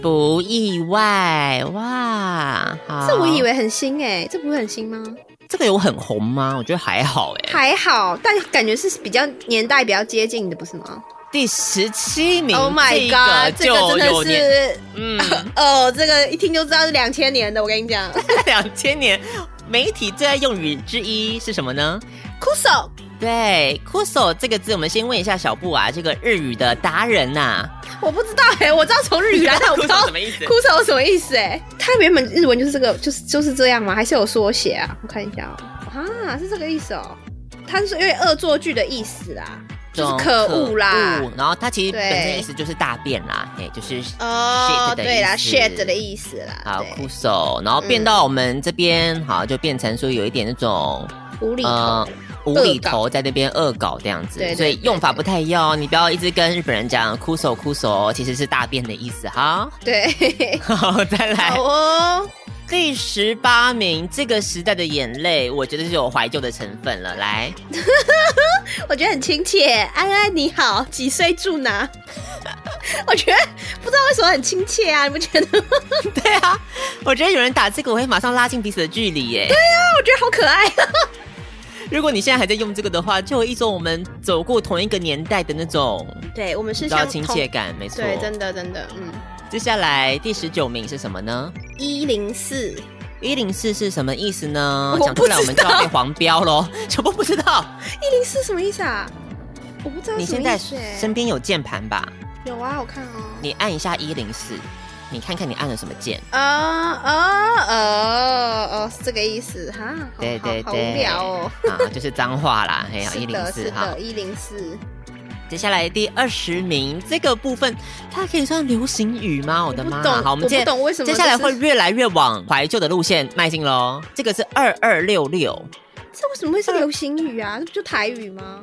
Speaker 1: 不意外哇。好
Speaker 2: 这我以为很新哎、这不是很新吗？
Speaker 1: 这个有很红吗？我觉得还好哎、
Speaker 2: 还好，但感觉是比较年代比较接近的，不是吗
Speaker 1: 第十七名
Speaker 2: ？Oh my
Speaker 1: 这个
Speaker 2: god，这个
Speaker 1: 就
Speaker 2: 真
Speaker 1: 有
Speaker 2: 的
Speaker 1: 年，
Speaker 2: 是，
Speaker 1: 嗯，
Speaker 2: 哦，这个一听就知道是两千年的。我跟你讲，
Speaker 1: 两千年媒体最爱用语之一是什么呢？
Speaker 2: 酷手
Speaker 1: 对，kuso 这个字，我们先问一下小布啊，这个日语的达人呐、
Speaker 2: 我不知道哎、我知道从日语来，但我不知道
Speaker 1: 什么意思？
Speaker 2: 酷手什么意思哎、它原本日文就是这个，就是就是这样吗？还是有缩写啊？我看一下哦、啊，是这个意思哦。它是因为恶作剧的意思啦，就是可恶啦
Speaker 1: 可恶。然后它其实
Speaker 2: 对
Speaker 1: 本身意思就是大便啦，哎，就是
Speaker 2: 哦
Speaker 1: shit，的意思
Speaker 2: 对啦，shit 的意思啦，
Speaker 1: 好
Speaker 2: 对
Speaker 1: 酷手，然后变到我们这边，好就变成说有一点那种
Speaker 2: 无厘头。
Speaker 1: 呃无
Speaker 2: 恶
Speaker 1: 厘
Speaker 2: 搞
Speaker 1: 头在那边恶搞这样子，
Speaker 2: 对对
Speaker 1: 所以
Speaker 2: 对
Speaker 1: 用法
Speaker 2: 对
Speaker 1: 不太一样哦。你不要一直跟日本人讲哭手哭手，其实是大便的意思哈。
Speaker 2: 对，
Speaker 1: 好，再来
Speaker 2: 好哦，
Speaker 1: 第十八名，这个时代的眼泪，我觉得是有怀旧的成分了。来，
Speaker 2: 我觉得很亲切。安安你好，几岁住哪？ 我觉得不知道为什么很亲切啊，你不觉得吗？
Speaker 1: 对啊，我觉得有人打这个，我会马上拉近彼此的距离耶。
Speaker 2: 我觉得好可爱、啊
Speaker 1: 如果你现在还在用这个的话，就有一种我们走过同一个年代的那种
Speaker 2: 对，我们是
Speaker 1: 比较
Speaker 2: 相
Speaker 1: 亲
Speaker 2: 同
Speaker 1: 切，感，没错。
Speaker 2: 对，真的真的，嗯，
Speaker 1: 接下来第十九名是什么呢？
Speaker 2: 一零四，
Speaker 1: 一零四是什么意思呢？
Speaker 2: 我
Speaker 1: 讲出来我们就要被黄标喽。小波不知道，
Speaker 2: 一零四什么意思啊？我不知道
Speaker 1: 你
Speaker 2: 什
Speaker 1: 现
Speaker 2: 么
Speaker 1: 在
Speaker 2: 意思欸
Speaker 1: 身边有键盘吧？
Speaker 2: 有啊，我看哦。
Speaker 1: 你按一下一零四，你看看你按了什么键。
Speaker 2: 啊啊哦哦，是这个意思哈。好
Speaker 1: 对对
Speaker 2: 好好
Speaker 1: 对，
Speaker 2: 无聊哦。
Speaker 1: 啊，就是脏话 啦，哎呀，一
Speaker 2: 是
Speaker 1: 零
Speaker 2: 的，
Speaker 1: 四
Speaker 2: 是
Speaker 1: 哈
Speaker 2: 的，。一零四。
Speaker 1: 接下来第二十名这个部分，它可以算流行语吗？我的妈
Speaker 2: 我不！懂
Speaker 1: 好，我们接
Speaker 2: 我不懂为什么
Speaker 1: 接下来
Speaker 2: 就是
Speaker 1: 会越来越往怀旧的路线迈进喽。这个是二二六六，
Speaker 2: 这为什么会是流行语啊？这不就台语吗？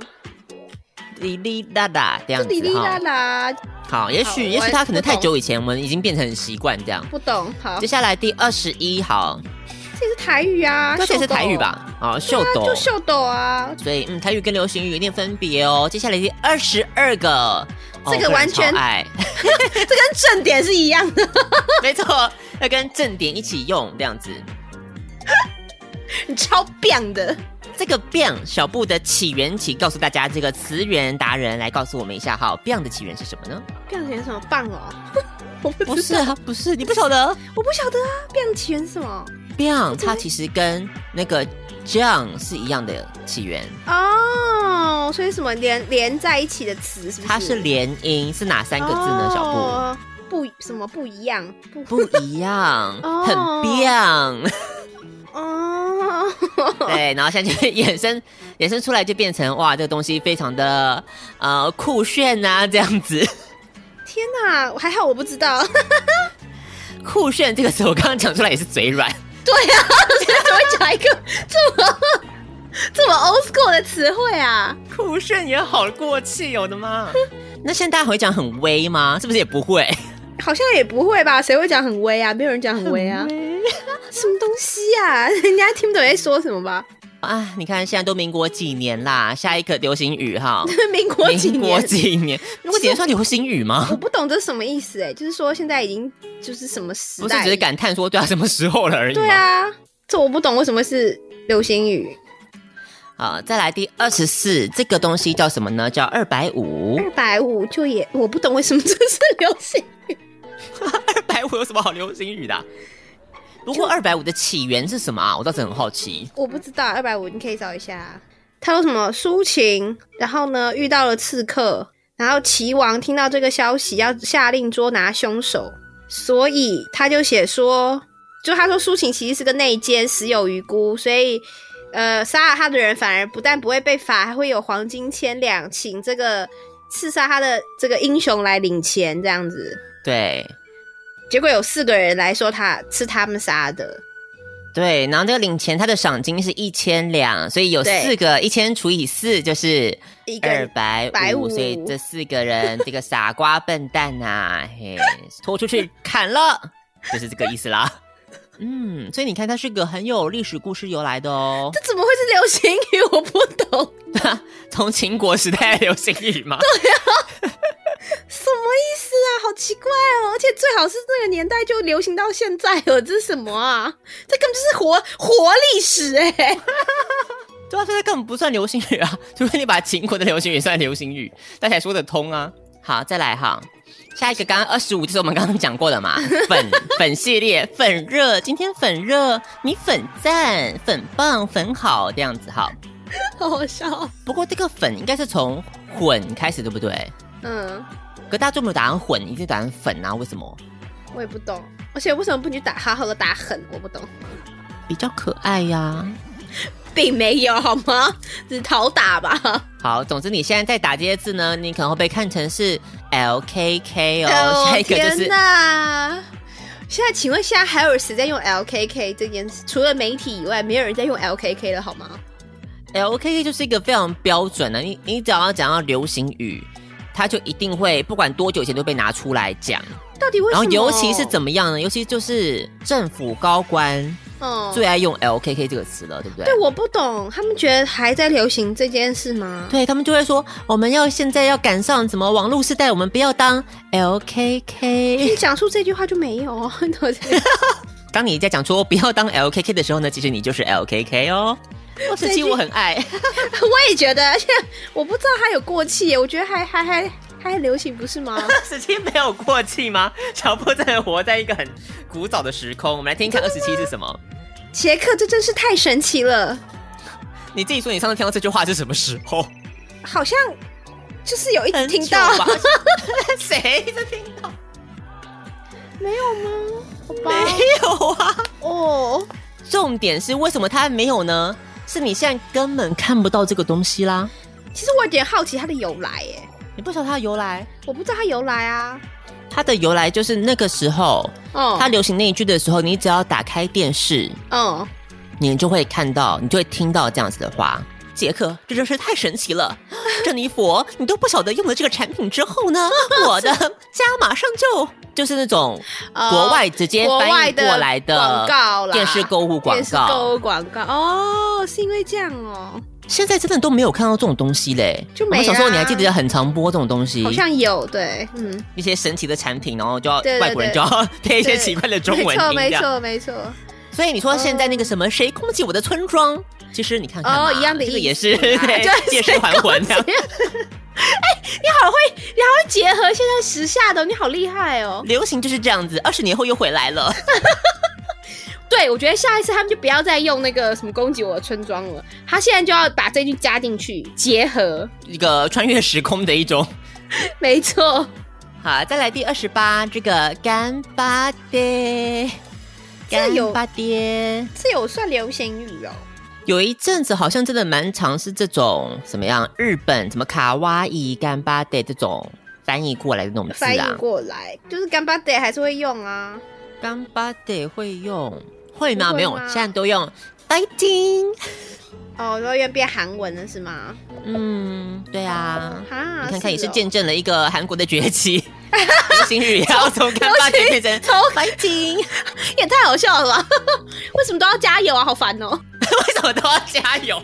Speaker 1: 哩哩啦啦这样
Speaker 2: 这
Speaker 1: 子
Speaker 2: 哩哩啦
Speaker 1: 哈。
Speaker 2: 啦，
Speaker 1: 好，也
Speaker 2: 好
Speaker 1: 许也
Speaker 2: 我
Speaker 1: 许
Speaker 2: 还
Speaker 1: 它可能
Speaker 2: 不懂
Speaker 1: 太久以前，我们已经变成习惯这样。
Speaker 2: 不懂。好，
Speaker 1: 接
Speaker 2: 这
Speaker 1: 下来第二十一，好，
Speaker 2: 也是台语啊，
Speaker 1: 这也是
Speaker 2: 秀逗
Speaker 1: 台语？吧？啊，秀
Speaker 2: 啊
Speaker 1: 斗
Speaker 2: 就。秀斗啊，
Speaker 1: 所以，嗯，台语跟流行语有点分别哦。接下来第二十二个，哦
Speaker 2: 这个完全
Speaker 1: 我个人超爱，
Speaker 2: 这跟正点是一样的。
Speaker 1: 没错，要跟正点一起用这样子。
Speaker 2: 你超 棒的，
Speaker 1: 这个 “biang” 小布的起源，请告诉大家这个词源达人来告诉我们一下哈，“biang” 的起源是什么呢？
Speaker 2: 棒起源什么棒哦？ 我不
Speaker 1: 不
Speaker 2: 知
Speaker 1: 是啊，不是，你不晓得
Speaker 2: 我不晓得啊，棒起源是什么？
Speaker 1: “biang” 它其实跟那个 “jiang” 是一样的起源，
Speaker 2: 哦，所以什么连连在一起的词是不是？
Speaker 1: 它是连音，是哪三个字呢？小布
Speaker 2: 哦不什么不一样不
Speaker 1: 不一样，
Speaker 2: 哦
Speaker 1: 很 “biang”。
Speaker 2: 哦，
Speaker 1: 对，然后现在就衍生 衍生出来，就变成哇，这个东西非常的呃酷炫啊，这样子。
Speaker 2: 天哪，还好我不知道。
Speaker 1: 酷炫这个词，我刚刚讲出来也是嘴软。
Speaker 2: 对啊，现在怎么会讲一个这么这么 old school 的词汇啊？
Speaker 1: 酷炫也好过气，我的妈！ 那现在大家会讲很威吗？是不是也不会？
Speaker 2: 好像也不会吧？谁会讲很威啊？没有人讲很威啊。什么东西啊？人家听不懂在说什么吧？
Speaker 1: 啊，你看现在都民国几年啦，下一个流行语哈，
Speaker 2: 民国几
Speaker 1: 民国
Speaker 2: 年？
Speaker 1: 几年？民国几年算流行语
Speaker 2: 我
Speaker 1: 吗？
Speaker 2: 不懂这什么意思哎、就是说现在已经就是什么时
Speaker 1: 不是
Speaker 2: 代？
Speaker 1: 只是感叹说对啊，什么时候了而已吗？
Speaker 2: 对啊，这我不懂为什么是流行语。
Speaker 1: 好，再来第二十四，这个东西叫什么呢？叫二百五。
Speaker 2: 二百五就也我不懂为什么这是流行
Speaker 1: 二百五有什么好流行语的啊、不过二百五的起源是什么啊？我倒是很好奇。
Speaker 2: 我不知道，二百五你可以找一下。他说什么抒情，然后呢遇到了刺客，然后齐王听到这个消息，要下令捉拿凶手，所以他就写说，就他说抒情其实是个内奸，死有余辜，所以呃杀了他的人反而不但不会被罚，还会有黄金千两，请这个刺杀他的这个英雄来领钱，这样子。
Speaker 1: 对
Speaker 2: 结果有四个人来说他是他们杀的，
Speaker 1: 对，然后这个领钱他的赏金是一千两，所以有
Speaker 2: 对
Speaker 1: 四个一千除以四就是
Speaker 2: 一个
Speaker 1: 二
Speaker 2: 人
Speaker 1: 百五，
Speaker 2: 150
Speaker 1: 所以这四个人这个傻瓜笨蛋呐、嘿，拖出去砍了，就是这个意思啦。嗯，所以你看，它是个很有历史故事由来的哦，
Speaker 2: 这怎么会是流行语？我不懂。
Speaker 1: 从秦国时代的流行语嘛。
Speaker 2: 什么意思啊？好奇怪哦！而且最好是那个年代就流行到现在了，这是什么啊？这根本就是活活历史哎、
Speaker 1: 对啊，所以它根本不算流行语啊， 除非你把秦国的流行语算流行语，那才说得通啊。好，再来哈，下一个刚刚二十五就是我们刚刚讲过的嘛，粉粉系列，粉热，今天粉热，你粉赞，粉棒，粉好这样子哈。
Speaker 2: 好好笑哦。
Speaker 1: 不过这个粉应该是从混开始，对不对？
Speaker 2: 嗯，
Speaker 1: 可大家就没有打算混，一定打算粉啊？为什么？
Speaker 2: 我也不懂，而且为什么不去打好好的打狠？我不懂，
Speaker 1: 比较可爱呀、
Speaker 2: 并没有好吗？只是讨打吧。
Speaker 1: 好，总之你现在在打这些字呢，你可能会被看成是 L K K 哦，
Speaker 2: 哦
Speaker 1: 下一个就是
Speaker 2: 天哪！现在请问，现在还有谁在用 LKK 这件事？除了媒体以外，没有人在用 LKK 了，好吗？
Speaker 1: L K K 就是一个非常标准的，你你只要讲到流行语，它就一定会不管多久以前都被拿出来讲。
Speaker 2: 到底为什
Speaker 1: 然
Speaker 2: 么？
Speaker 1: 后尤其是
Speaker 2: 么、
Speaker 1: 怎么样呢？尤其就是政府高官
Speaker 2: 嗯
Speaker 1: 最爱用 L K K 这个词了，对不对？
Speaker 2: 对，我不懂，他们觉得还在流行这件事吗？
Speaker 1: 对他们就会说，我们要现在要赶上什么网络时代，我们不要当 L K
Speaker 2: 你
Speaker 1: K。
Speaker 2: 讲述这句话就没有 哦，我在
Speaker 1: 当你在讲说不要当 L K K 的时候呢，其实你就是 L K K 哦。我
Speaker 2: 这
Speaker 1: 其
Speaker 2: 句
Speaker 1: 实我很爱，
Speaker 2: 我也觉得，而且我不知道它有过气耶，我觉得还还还还很流行不 是吗？
Speaker 1: 十七没有过气吗？ 小布真的活在一个很古早的时空。我们来听看二十七是什么。
Speaker 2: 杰克，这真是太神奇了，
Speaker 1: 你自己说，你上次听到这句话是什么时候？
Speaker 2: 好像就是有一直
Speaker 1: 很
Speaker 2: 听
Speaker 1: 糗
Speaker 2: 到，
Speaker 1: 吧 谁在听到？ 没有吗？没有啊。
Speaker 2: 哦，
Speaker 1: 重点是为什么他没有呢？是你现在根本看不到这个东西啦，
Speaker 2: 其实我有点好奇它的由来耶，
Speaker 1: 你不晓得它的由来。
Speaker 2: 我不知道它由来啊。
Speaker 1: 它的由来就是那个时候，
Speaker 2: 哦，
Speaker 1: 它流行那一句的时候，你只要打开电视，
Speaker 2: 嗯，
Speaker 1: 你就会看到，你就会听到这样子的话。杰克，这真是太神奇了！ 珍妮佛，你都不晓得用了这个产品之后 呢，我的家马上就就是那种
Speaker 2: 哦
Speaker 1: 国外直接
Speaker 2: 国
Speaker 1: 翻
Speaker 2: 外
Speaker 1: 译过来的
Speaker 2: 广告啦，
Speaker 1: 电视购物广
Speaker 2: 电视购
Speaker 1: 告
Speaker 2: 物，广告哦，是因为这样哦，
Speaker 1: 现在真的都没有看到这种东西嘞。
Speaker 2: 就没啊
Speaker 1: 我们小时候你还记得很常播这种东西，
Speaker 2: 好像有对，嗯，
Speaker 1: 一些神奇的产品，然后就要
Speaker 2: 对对
Speaker 1: 外国人就要 配一些奇怪的中文
Speaker 2: 没错
Speaker 1: 音这
Speaker 2: 没
Speaker 1: 样。
Speaker 2: 错没错，
Speaker 1: 所以你说现在那个什么谁空袭我的村庄，其实你看看嘛
Speaker 2: 哦一样的
Speaker 1: 这个也
Speaker 2: 意
Speaker 1: 是
Speaker 2: 思啊就是
Speaker 1: 对借尸还魂这样。
Speaker 2: 你好会，你好会结合现在时下的，你好厉害哦。
Speaker 1: 流行就是这样子，二十年后又回来了。
Speaker 2: 对，我觉得下一次他们就不要再用那个什么攻击我的村庄了，他现在就要把这句加进去，结合，
Speaker 1: 一个穿越时空的一种。
Speaker 2: 没错，
Speaker 1: 好，再来第二十八，这个干巴爹，
Speaker 2: 这
Speaker 1: 干
Speaker 2: 有
Speaker 1: 巴爹，
Speaker 2: 这有算流行语哦。
Speaker 1: 有一阵子好像真的蛮常是这种怎么样，日本什么卡哇伊干巴爹这种翻译过来的那种字
Speaker 2: 翻译
Speaker 1: 啊，
Speaker 2: 过来就是干巴爹还是会用啊，
Speaker 1: 干巴爹会用会吗？
Speaker 2: 不会吗
Speaker 1: 没有，现在都用。fighting，
Speaker 2: 哦，然后又变韩文了是吗？
Speaker 1: 嗯，对啊，
Speaker 2: 哈，
Speaker 1: 你看看也是
Speaker 2: 哦
Speaker 1: 见证了一个韩国的崛起， 流行语也要从干巴爹变成
Speaker 2: 从
Speaker 1: fighting，
Speaker 2: 也太好笑了吧？ 为什么都要加油啊？好烦哦！
Speaker 1: 为什么都要加油？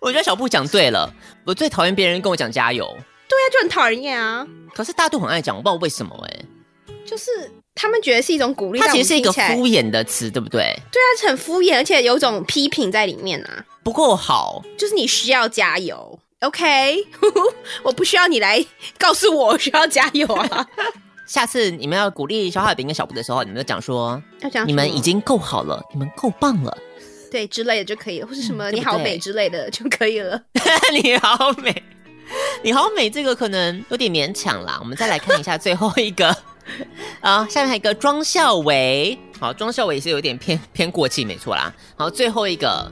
Speaker 1: 我觉得小布讲对了，我最讨厌别人跟我讲加油，
Speaker 2: 对啊，就很讨人厌啊。
Speaker 1: 可是大家都很爱讲，我不知道为什么哎、
Speaker 2: 就是他们觉得是一种鼓励，
Speaker 1: 它其实是一个
Speaker 2: 但我们听起来
Speaker 1: 敷衍的词，对不对？
Speaker 2: 对啊，是很敷衍，而且有一种批评在里面啊。
Speaker 1: 不够好，
Speaker 2: 就是你需要加油，OK？我 不需要你来告诉我我需要加油 啊。
Speaker 1: 下次你们要鼓励小海饼跟小布的时候，你们就讲说
Speaker 2: 要讲什么
Speaker 1: 你们已经够好了，你们够棒了，
Speaker 2: 对之类的就可以了，或是什么
Speaker 1: 对不
Speaker 2: 你好
Speaker 1: 对
Speaker 2: 美之类的就可 以了。
Speaker 1: 你好美，你好美，这个可能有点勉强啦。我们再来看一下最后一个。 啊，下面还有一个庄孝伟，好，庄孝伟也是有点偏偏过气，没错啦。好，最后一个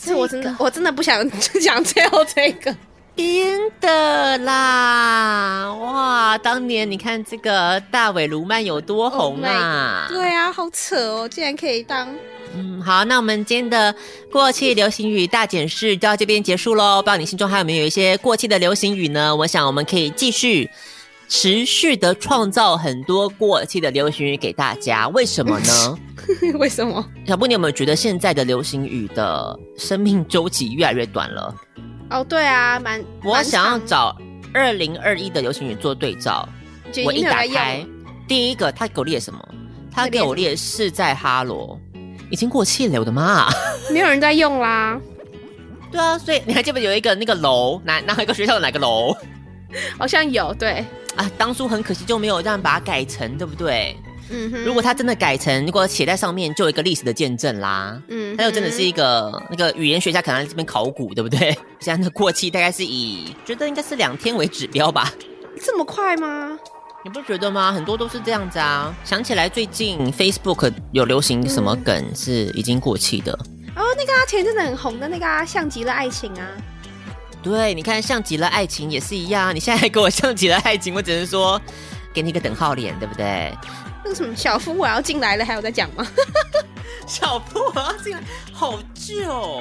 Speaker 2: 是我真的我真的不想 讲最后这个。
Speaker 1: 真的啦，哇！当年你看这个大尾卢曼有多红啊
Speaker 2: 对啊，好扯哦，竟然可以当
Speaker 1: 嗯，好，那我们今天的过气流行语大检视就到这边结束喽。不知道你心中还有没有一些过气的流行语呢？我想我们可以继续持续的创造很多过气的流行语给大家。为什么 呢？
Speaker 2: 为什么？
Speaker 1: 小布，你有没有觉得现在的流行语的生命周期越来越短了？
Speaker 2: 哦，对啊，蛮
Speaker 1: 我想要
Speaker 2: 蛮长
Speaker 1: 找二零二一的流行语做对照。
Speaker 2: 就
Speaker 1: 我
Speaker 2: 已
Speaker 1: 一
Speaker 2: 经没有
Speaker 1: 打
Speaker 2: 在用
Speaker 1: 开
Speaker 2: 了，
Speaker 1: 第一个他给我列什么？他给我列是在哈罗，已经过气了，我的妈！
Speaker 2: 没有人在用啦。
Speaker 1: 对啊，所以你还记不记得有一个那个楼，哪哪一个学校的哪个楼
Speaker 2: 好像有对，
Speaker 1: 啊？当初很可惜就没有让把它改成，对不对？
Speaker 2: 嗯哼，
Speaker 1: 如果它真的改成，如果写在上面，就有一个历史的见证啦。
Speaker 2: 嗯哼，
Speaker 1: 它就真的是一个那个语言学家可能在这边考古，对不对？ 现在的过期大概是以觉得应该是两天为指标吧。
Speaker 2: 这么快吗？
Speaker 1: 你不觉得吗？很多都是这样子啊。想起来最近 Facebook 有流行什么梗是已经过气的。
Speaker 2: 哦，那个啊，前阵子很红的那个啊，像极了爱情啊，
Speaker 1: 对，你看像极了爱情也是一样啊。你现在还给我像极了爱情，我只能说给你一个等号脸，对不对？
Speaker 2: 那个什么小夫我要进来了，还有在讲吗？
Speaker 1: 小布，我要进来，好哦旧。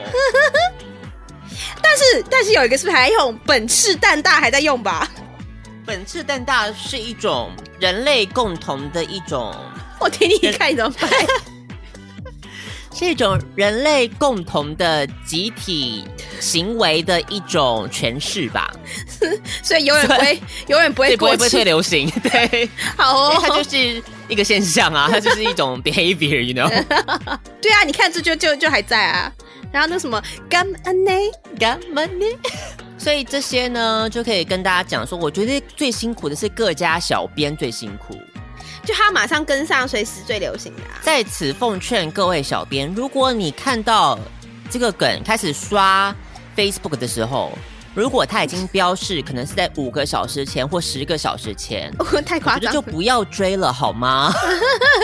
Speaker 2: 但是但是有一个是不是还用本赤蛋大还在用吧？
Speaker 1: 本次蛋大是一种人类共同的一种，
Speaker 2: 我听你看你怎么 办？
Speaker 1: 是一种人类共同的集体行为的一种诠释吧。
Speaker 2: 所以永远不会永远不
Speaker 1: 对，
Speaker 2: 会
Speaker 1: 不会
Speaker 2: 过
Speaker 1: 不会 退
Speaker 2: 去。
Speaker 1: 流行， 对。
Speaker 2: 好
Speaker 1: 因为它就
Speaker 2: 哦，
Speaker 1: 是一个现象啊，它就是一种 behavior，you know。
Speaker 2: 对啊，你看这就就就还在啊。然后那什么干恩呢？
Speaker 1: 干嘛呢？ 所以这些呢，就可以跟大家讲说，我觉得最辛苦的是各家小编最辛苦。
Speaker 2: 就他马上跟上随时最流行的、啊。
Speaker 1: 在此奉劝各位小编，如果你看到这个梗开始刷 Facebook 的时候，如果它已经标示可能是在五个小时前或十个小时前，
Speaker 2: 我太
Speaker 1: 我
Speaker 2: 夸
Speaker 1: 觉得
Speaker 2: 张
Speaker 1: 就
Speaker 2: 了，
Speaker 1: 不要追了好吗？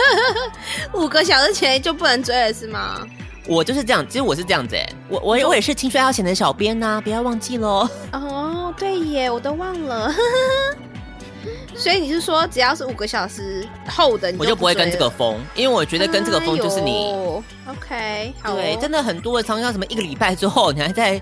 Speaker 2: 五个小时前就不能追了是吗？
Speaker 1: 我就是这样，其实我是这样子哎、我我也我也是青春要钱的小编呐、不要忘记喽。
Speaker 2: 哦，对耶，我都忘了。 所以你是说，只要是五个小时后的，你
Speaker 1: 我就不会跟这个风，因为我觉
Speaker 2: 觉
Speaker 1: 得跟这个风就是
Speaker 2: 哎
Speaker 1: 你。
Speaker 2: OK，好、哦，
Speaker 1: 对，真的很多的常常什么一个礼拜之后，你还在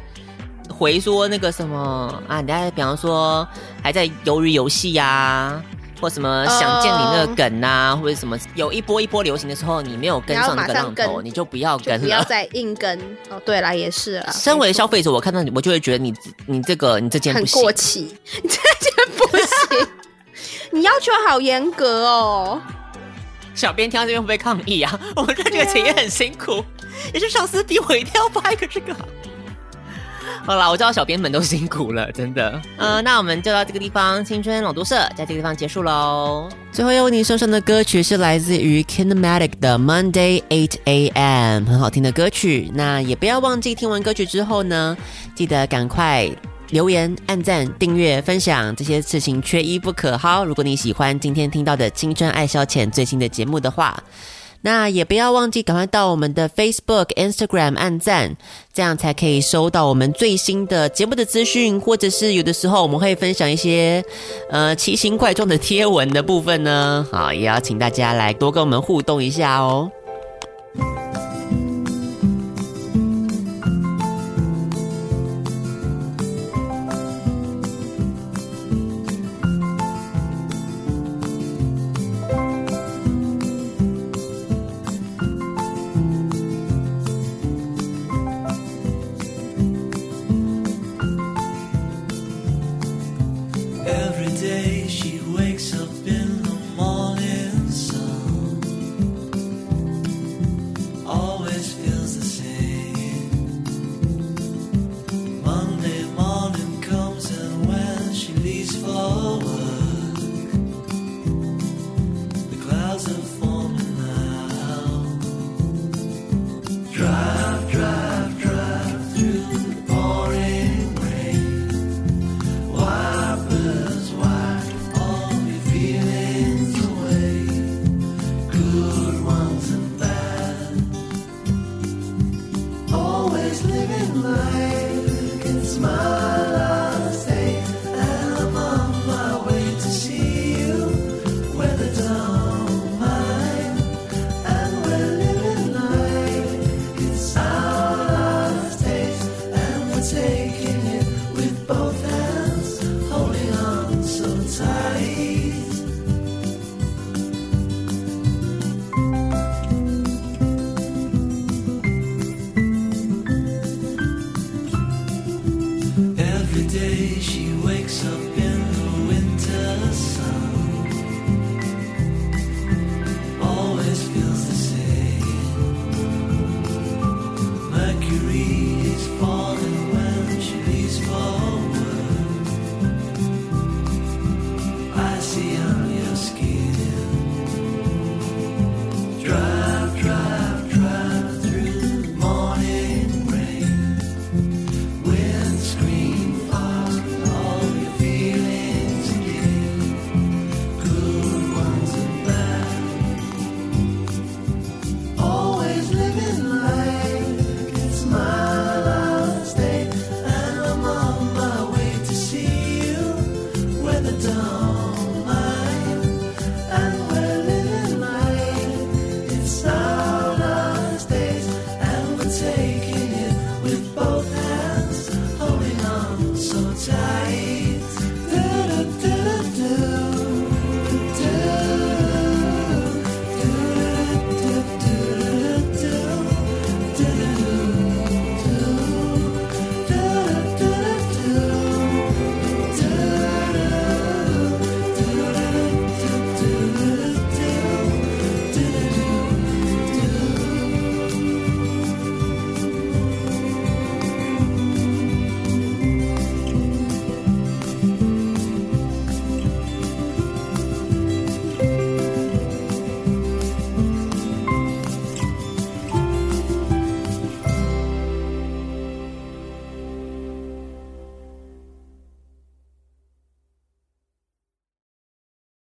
Speaker 1: 回说那个什么啊，你还比方说还在鱿鱼游戏呀，或什么想见你那个梗呐、或者什么有一波一波流行的时候，你没有跟上那个浪
Speaker 2: 你要马上
Speaker 1: 头，
Speaker 2: 跟
Speaker 1: 你就不要
Speaker 2: 就
Speaker 1: 跟
Speaker 2: 不要
Speaker 1: 了。
Speaker 2: 再硬跟。哦，对啦，也是啦，
Speaker 1: 啊身为消费者，我看到你，我就会觉得你你这个你这件
Speaker 2: 很
Speaker 1: 不行
Speaker 2: 过，期，你这件 不行，你要求好严格哦。
Speaker 1: 小编听到这边会不会抗议啊？我们在这个企业很辛苦，也是上司逼我一定要发一个这个。 好啦，我知道小编们都辛苦了， 真的。呃，那我们就到这个地方，青春朗读社在这个地方结束喽。最后要为您送上的歌曲是来自于 Kinematic 的 Monday 8 A.M.，很好听的歌曲。那也不要忘记听完歌曲之后呢，记得赶快留言、按赞、订阅、分享，这些事情缺一不可。好，如果你喜欢今天听到的《青春爱消遣》最新的节目的话，那也不要忘记赶快到我们的 Facebook、Instagram 按赞，这样才可以收到我们最新的节目的资讯，或者是有的时候我们会分享一些呃奇形怪状的贴文的部分呢。好，也要请大家来多跟我们互动一下哦。